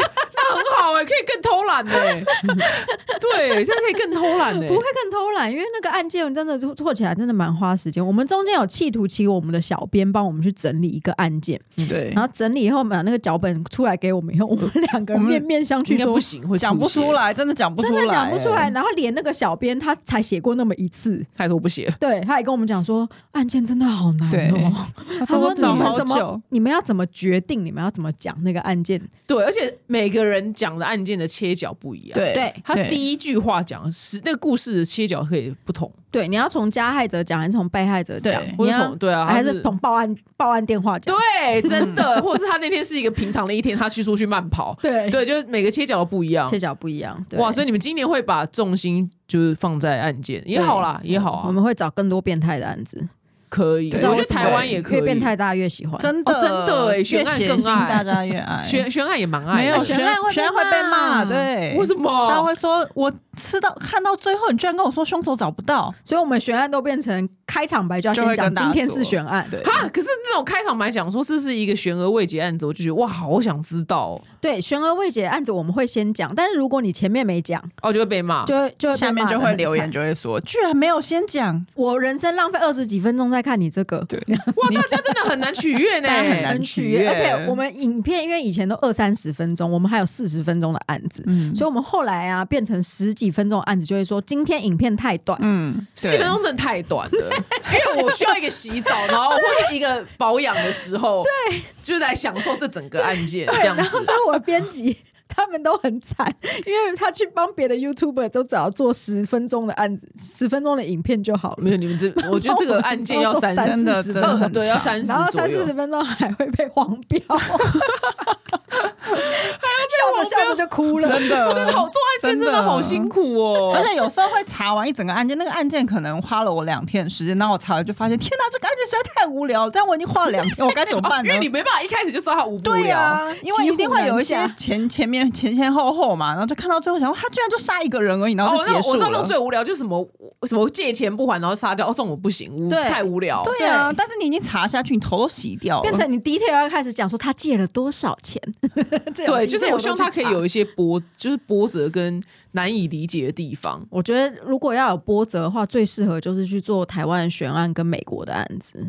Speaker 3: 很好哎、可以更偷懒哎、 对，这样可以更偷懒哎、
Speaker 4: 不会更偷懒，因为那个案件真的做做起来真的蛮花时间。我们中间有企图请我们的小编帮我们去整理一个案件，
Speaker 2: 对
Speaker 4: 然。后整理以后把那个脚本出来给我们以后， 我们两个
Speaker 2: 我
Speaker 4: 人
Speaker 2: 们
Speaker 4: 面面相
Speaker 3: 应
Speaker 4: 觑
Speaker 3: 该
Speaker 4: 说
Speaker 3: 不。行，会
Speaker 2: 讲不
Speaker 3: 吐血
Speaker 2: 出，来，真的讲不出
Speaker 4: 真
Speaker 2: 来，哎
Speaker 4: 的讲不出来，。然后连那个小编他才写过那么一次，
Speaker 3: 他还说不写，
Speaker 4: 对，他也跟我们讲说案件真的好难
Speaker 2: 对
Speaker 4: 哦。
Speaker 2: 他
Speaker 4: 他说
Speaker 2: 说
Speaker 4: 你
Speaker 2: 找
Speaker 4: 们
Speaker 2: 好
Speaker 4: 怎
Speaker 2: 久
Speaker 4: 么，你们要怎么决定，你们要怎么讲那个案件？
Speaker 3: 对，而且每个人讲的案件的切角不一样，，
Speaker 2: 对
Speaker 4: 对
Speaker 3: 他
Speaker 2: 对
Speaker 3: 第一句话讲的是那个故事的切角可以不同，
Speaker 4: 对，你要从加害者讲还是从被害者讲
Speaker 2: 对？
Speaker 4: 你
Speaker 3: 或者
Speaker 4: 要
Speaker 3: 从对啊，
Speaker 4: 还
Speaker 3: 他
Speaker 4: 是从报案报案电话讲？
Speaker 3: 对，真的，或者是他那天是一个平常的一天，他去出去慢跑，
Speaker 4: 对
Speaker 3: 对，就是每个切角都不一样
Speaker 4: 切，角不一样。对
Speaker 3: 啊哇，所以你们今年会把重心就是放在案件也
Speaker 4: 对
Speaker 3: 好啦，也好啊，
Speaker 4: 我们会找更多变态的案子，
Speaker 3: 可以，
Speaker 2: 对
Speaker 3: 我觉得
Speaker 2: 为什么
Speaker 3: 台湾也可以，
Speaker 4: 越变态大家越喜欢。
Speaker 2: 真的、
Speaker 3: 哦真的欸
Speaker 2: 越
Speaker 3: 悬案
Speaker 2: 血
Speaker 3: 更
Speaker 2: 腥
Speaker 3: 爱
Speaker 2: 大家越爱。
Speaker 3: 悬悬案也蛮爱的，
Speaker 2: 没有
Speaker 3: 哎
Speaker 2: 悬
Speaker 4: 悬案会被
Speaker 2: 悬案会被骂，
Speaker 4: 骂
Speaker 2: 对，
Speaker 3: 为什么
Speaker 2: 他会说我吃到看到最后，你居然跟我说凶手找不到，
Speaker 4: 所以我们悬案都变成开场白就要
Speaker 2: 就
Speaker 4: 先
Speaker 2: 会
Speaker 4: 讲
Speaker 2: 跟大
Speaker 4: 今
Speaker 2: 家
Speaker 4: 天
Speaker 2: 说
Speaker 4: 是悬案，
Speaker 2: 对
Speaker 3: 哈，可是那种开场白讲说这是一个悬而未解案子，我就觉得哇，好想知道哦，
Speaker 4: 对悬而未解案子我们会先讲，但是如果你前面没讲，
Speaker 3: 哦就会被骂。
Speaker 4: 就会就会被
Speaker 2: 下面
Speaker 4: 骂得
Speaker 2: 就会
Speaker 4: 很
Speaker 2: 留言，
Speaker 4: 惨。
Speaker 2: 就会说居然没有先讲，
Speaker 4: 我人生浪费二十几分钟在看你这个，
Speaker 2: 对，
Speaker 3: 哇，大家真的很难取悦 呢、
Speaker 2: 大家很难
Speaker 4: 很取悦。而且我们影片因为以前都二三十分钟，我们还有四十分钟的案子，
Speaker 2: 嗯
Speaker 4: 所以我们后来啊变成十几分钟的案子，就会说今天影片太 短，
Speaker 2: 嗯，
Speaker 3: 十
Speaker 2: 对
Speaker 3: 分钟真的太短了， 因为我需要一个洗澡，然后或是一个保养的时候， 对，就来享受这整个案件这样
Speaker 4: 然后
Speaker 3: 子
Speaker 4: 所。以我的编辑他们都很惨，因为他去帮别的 YouTuber 都只要做十分钟的案子，十分钟的影片就好了
Speaker 3: 没。有你们这，我觉得这个案件要三
Speaker 4: 帮我
Speaker 2: 真
Speaker 4: 们
Speaker 2: 的
Speaker 4: 做
Speaker 2: 真
Speaker 4: 三四十
Speaker 2: 的很
Speaker 3: 对要
Speaker 2: 长
Speaker 3: 三十
Speaker 4: 然后
Speaker 3: 左
Speaker 4: 三
Speaker 3: 右
Speaker 4: 四十分钟还会被黄标， 笑着笑着就哭了。
Speaker 2: 真的
Speaker 3: 真的哦好做案件，真的好辛。苦哦
Speaker 2: 而。且有时候会查完一整个案件，那个案件可能花了我两天的时间，那我查了就发现，天哪，这个案件实在太无聊了。但我已经花了两天，我该怎么办
Speaker 3: 哦因
Speaker 2: 呢？
Speaker 3: 为你没办法一开始就知道他无不
Speaker 2: 对呀、
Speaker 3: 了，
Speaker 2: 因为一定会有一些
Speaker 4: 骑虎难下
Speaker 2: 前前面前前后后嘛，然后就看到最后想，哇他居然就杀一个人而已，然后
Speaker 3: 哦，
Speaker 2: 就
Speaker 3: 那
Speaker 2: 结
Speaker 3: 我
Speaker 2: 束
Speaker 3: 知道
Speaker 2: 了。
Speaker 3: 那种最无聊就是什么什么借钱不还然后杀掉，哦，这种我不行，无
Speaker 4: 对
Speaker 3: 太无聊。
Speaker 2: 对啊，但是你已经查下去，你头都洗掉了，
Speaker 4: 变成你第一天要开始讲说他借了多少钱， 这种
Speaker 3: 对，就是我希望他可以。
Speaker 4: 这种东西
Speaker 3: 有一些波，就是波折跟难以理解的地方。
Speaker 4: 我觉得如果要有波折的话，最适合就是去做台湾的悬案跟美国的案子。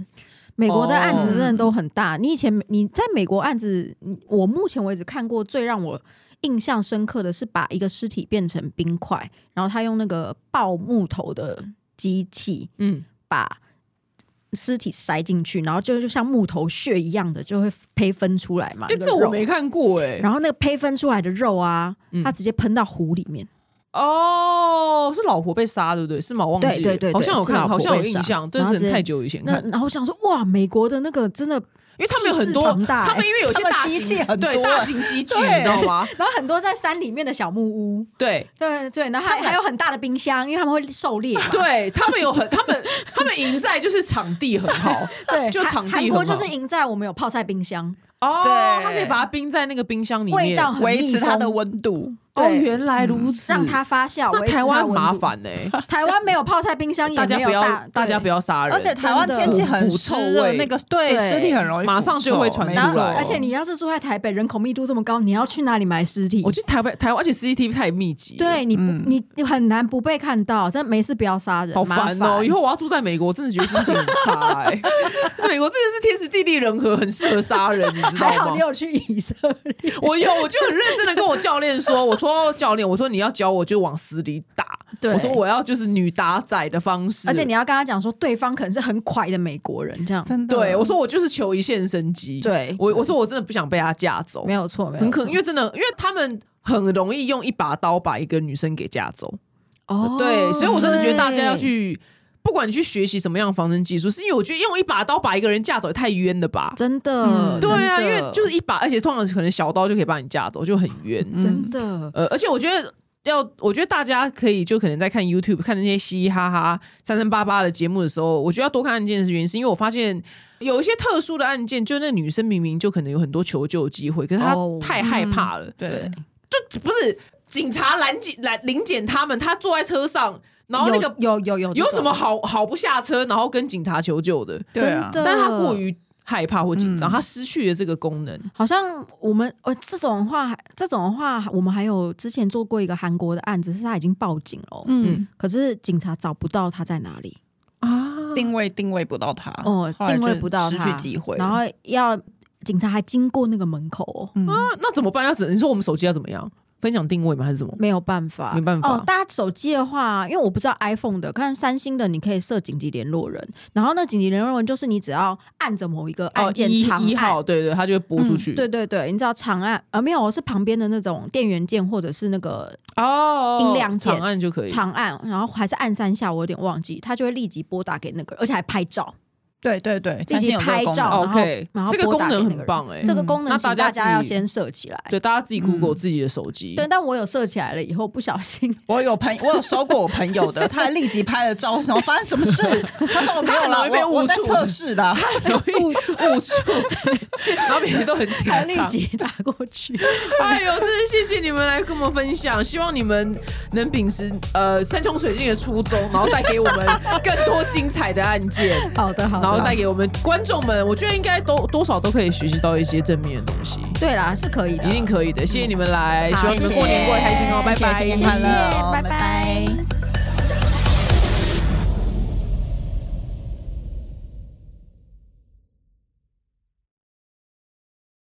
Speaker 4: 美国的案子真的都很大。你以前你在美国案子，你我目前为止看过最让我印象深刻的是把一个尸体变成冰块，然后他用那个爆木头的机器
Speaker 3: 嗯，
Speaker 4: 把尸体塞进去，然后就就像木头屑一样的就会胚分出来嘛。
Speaker 3: 哎，
Speaker 4: 那个
Speaker 3: 这我
Speaker 4: 肉
Speaker 3: 没看过哎。
Speaker 4: 然后那个胚分出来的肉啊
Speaker 3: 嗯，
Speaker 4: 它直接喷到湖里面。
Speaker 3: 哦，是老婆被杀，对不对？是吗？我忘记了，
Speaker 4: 对对对对
Speaker 3: 好像有
Speaker 4: 是
Speaker 3: 看，
Speaker 4: 老婆
Speaker 3: 好像有
Speaker 4: 被
Speaker 3: 印
Speaker 4: 杀
Speaker 3: 象，但
Speaker 4: 然后
Speaker 3: 是
Speaker 4: 直接
Speaker 3: 太久以前看
Speaker 4: 那，然后我想说，哇，美国的那个真的，
Speaker 3: 因为他们有很多，
Speaker 4: 气势庞大欸
Speaker 3: 他们因为有些
Speaker 2: 他们
Speaker 3: 大
Speaker 2: 机器
Speaker 3: 型
Speaker 2: 很多
Speaker 3: 对大型机具，你知道吗？
Speaker 4: 然后很多在山里面的小木屋，
Speaker 3: 对。
Speaker 4: 对对，然后还还有很大的冰箱，因为他们会狩 猎嘛。
Speaker 3: 对他们有很，他们他们赢在就是场地很 好，
Speaker 4: 对，
Speaker 3: 就
Speaker 4: 韩
Speaker 3: 场地
Speaker 4: 韩国
Speaker 3: 很好
Speaker 4: 就是赢在我们有泡菜冰箱，
Speaker 3: 哦，
Speaker 2: 对
Speaker 3: 他可以把它冰在那个冰箱里面，
Speaker 4: 味道很
Speaker 2: 维
Speaker 4: 密
Speaker 2: 持它
Speaker 4: 封
Speaker 2: 的温度。
Speaker 3: 哦，
Speaker 4: 对
Speaker 3: 原来如此，
Speaker 4: 让它发酵。
Speaker 3: 那
Speaker 4: 维持它
Speaker 3: 台湾
Speaker 4: 温
Speaker 3: 麻
Speaker 4: 度，
Speaker 3: 烦呢，欸
Speaker 4: 台湾没有泡菜冰箱，也
Speaker 3: 大家
Speaker 4: 没
Speaker 3: 不
Speaker 4: 有
Speaker 3: 要
Speaker 4: 大，
Speaker 3: 大家不
Speaker 4: 要。
Speaker 3: 要杀人，
Speaker 2: 而且台湾
Speaker 4: 真的
Speaker 2: 天气很
Speaker 3: 腐臭
Speaker 2: 湿热，
Speaker 3: 味
Speaker 2: 那个对
Speaker 4: 对
Speaker 2: 尸体很容易
Speaker 3: 马
Speaker 2: 腐
Speaker 3: 上就会
Speaker 2: 臭
Speaker 3: 传
Speaker 2: 没
Speaker 3: 出
Speaker 4: 然后，
Speaker 2: 错
Speaker 3: 来哦
Speaker 4: 而且你要是住在台北，人口密度这么高，你要去哪里买尸体
Speaker 3: 我？觉得台湾台湾，而且 CCTV 太密集，，
Speaker 4: 对你不，
Speaker 2: 嗯
Speaker 4: 你你很难不被看到。真的没事，不要杀人，
Speaker 3: 好
Speaker 4: 麻
Speaker 3: 烦哦！以后我要住在美国，我真的觉得心情很差 哎。美国真的是天时地利人和，很适合杀人，你知道
Speaker 4: 还好
Speaker 3: 吗
Speaker 4: 你？有去以色列，
Speaker 3: 我有，我就很认真的跟我教练说，我说教练，我说你要教我就往死里打，
Speaker 4: 对
Speaker 3: 我说我要就是女打仔的方式，
Speaker 4: 而且你要跟他讲说，对方可能是很快的美国人，这样
Speaker 2: 真的。
Speaker 3: 对我说我就是求一线生机，
Speaker 4: 嗯对
Speaker 3: 我我说我真的不想被他架走
Speaker 4: 没，有错，没有
Speaker 3: 很可，
Speaker 4: 错
Speaker 3: 因为真的，因为他们很容易用一把刀把一个女生给架走，
Speaker 4: 哦
Speaker 3: 对，所以我真的觉得大家要
Speaker 4: 对
Speaker 3: 去。不管你去学习什么样的防身技术，是因为我觉得用一把刀把一个人架走也太冤了吧？
Speaker 4: 真
Speaker 2: 嗯
Speaker 4: 的，
Speaker 3: 对啊，因
Speaker 4: 真的
Speaker 3: 为就是一把，而且通常可能小刀就可以把你架走，就很冤。
Speaker 2: 嗯
Speaker 4: 真的，
Speaker 3: 呃，而且我觉得要，我觉得大家可以就可能在看 YouTube 看那些嘻嘻哈哈、三三八八的节目的时候，我觉得要多看案件的原因，是因为我发现有一些特殊的案件，就那女生明明就可能有很多求救机会，可是她
Speaker 4: 哦
Speaker 3: 太害怕了，
Speaker 2: 对，
Speaker 3: 就不是警察拦检来临检他们，她坐在车上，然后那个
Speaker 4: 有有
Speaker 3: 有
Speaker 4: 有哦这
Speaker 3: 什
Speaker 4: 种
Speaker 3: 么好好不下车，然后跟警察求救的，
Speaker 2: 对啊
Speaker 4: 真的
Speaker 3: 但是她过于害怕或紧张，
Speaker 2: 嗯
Speaker 3: 她失去了这个功能。
Speaker 4: 好像我们呃这种话还，这种话我们还有之前做过一个韩国的案子，是他已经报警了哦，
Speaker 2: 嗯，
Speaker 4: 可是警察找不到他在哪里，
Speaker 3: 啊
Speaker 2: 定位定位不到它，
Speaker 4: 哦
Speaker 2: 后来
Speaker 4: 定位
Speaker 2: 就
Speaker 4: 不到
Speaker 2: 失去
Speaker 4: 它
Speaker 2: 机会，
Speaker 4: 然后要警察还经过那个门口哦，
Speaker 2: 嗯
Speaker 3: 啊，那怎么办？要怎你说我们手机要怎么样？分享定位吗？还是什么？
Speaker 4: 没有办法，
Speaker 3: 没办法
Speaker 4: 哦，大家手机的话，因为我不知道 iPhone 的，看三星的，你可以设紧急联络人，然后那紧急联络人就是你只要按着某一个按键
Speaker 3: 哦一
Speaker 4: 长按。嗯
Speaker 3: 一号，对对，它就会拨出去。
Speaker 4: 对对对，你只要长按，呃，没有，是旁边的那种电源键或者是那个
Speaker 3: 哦，
Speaker 4: 音量键
Speaker 3: 长按就可以。
Speaker 4: 长按，然后还是按三下，我有点忘记，他就会立即拨打给那个，而且还拍照。
Speaker 2: 对对对，
Speaker 4: 立
Speaker 2: 三
Speaker 4: 即
Speaker 2: 星有这个
Speaker 4: 拍
Speaker 2: 功
Speaker 4: 照
Speaker 2: 能
Speaker 4: 哦
Speaker 3: 哦 OK，
Speaker 4: 然后
Speaker 3: 这个
Speaker 4: 拨
Speaker 3: 功
Speaker 4: 打给
Speaker 3: 能
Speaker 4: 那个
Speaker 3: 很
Speaker 4: 人
Speaker 3: 棒哎。
Speaker 4: 这个功能
Speaker 3: 那
Speaker 4: 请
Speaker 3: 大家
Speaker 4: 大家要
Speaker 3: 自己
Speaker 4: 先设起来。
Speaker 3: 对，大家自己 Google
Speaker 2: 嗯
Speaker 3: 自己的手机。
Speaker 4: 对，但我有设起来了以后，不小心
Speaker 2: 我有朋我有收过我朋友的，他还立即拍了照，然后发生什么事？他说我没有
Speaker 3: 他很容
Speaker 2: 了，
Speaker 3: 易被
Speaker 2: 我我在
Speaker 3: 误触
Speaker 2: 测试的啊，
Speaker 3: 误触 误触，然后每天都很紧
Speaker 4: 还立
Speaker 3: 张。
Speaker 4: 即打过去。
Speaker 3: 哎呦，真的谢谢你们来跟我们分享，希望你们能秉持呃山穷水尽的初衷，然后带给我们更多精彩的案件。
Speaker 4: 好的，好
Speaker 3: 然后带给我们观众们，我觉得应该都多少都可以学习到一些正面的东西，
Speaker 4: 对啦，是可以的
Speaker 3: 一。定可以的。谢谢你们来，希
Speaker 4: 好
Speaker 3: 望你们过年过得开心哦，
Speaker 2: 谢谢
Speaker 3: 拜拜，
Speaker 2: 新年
Speaker 4: 谢
Speaker 2: 快
Speaker 4: 谢
Speaker 2: 乐哦，
Speaker 4: 拜拜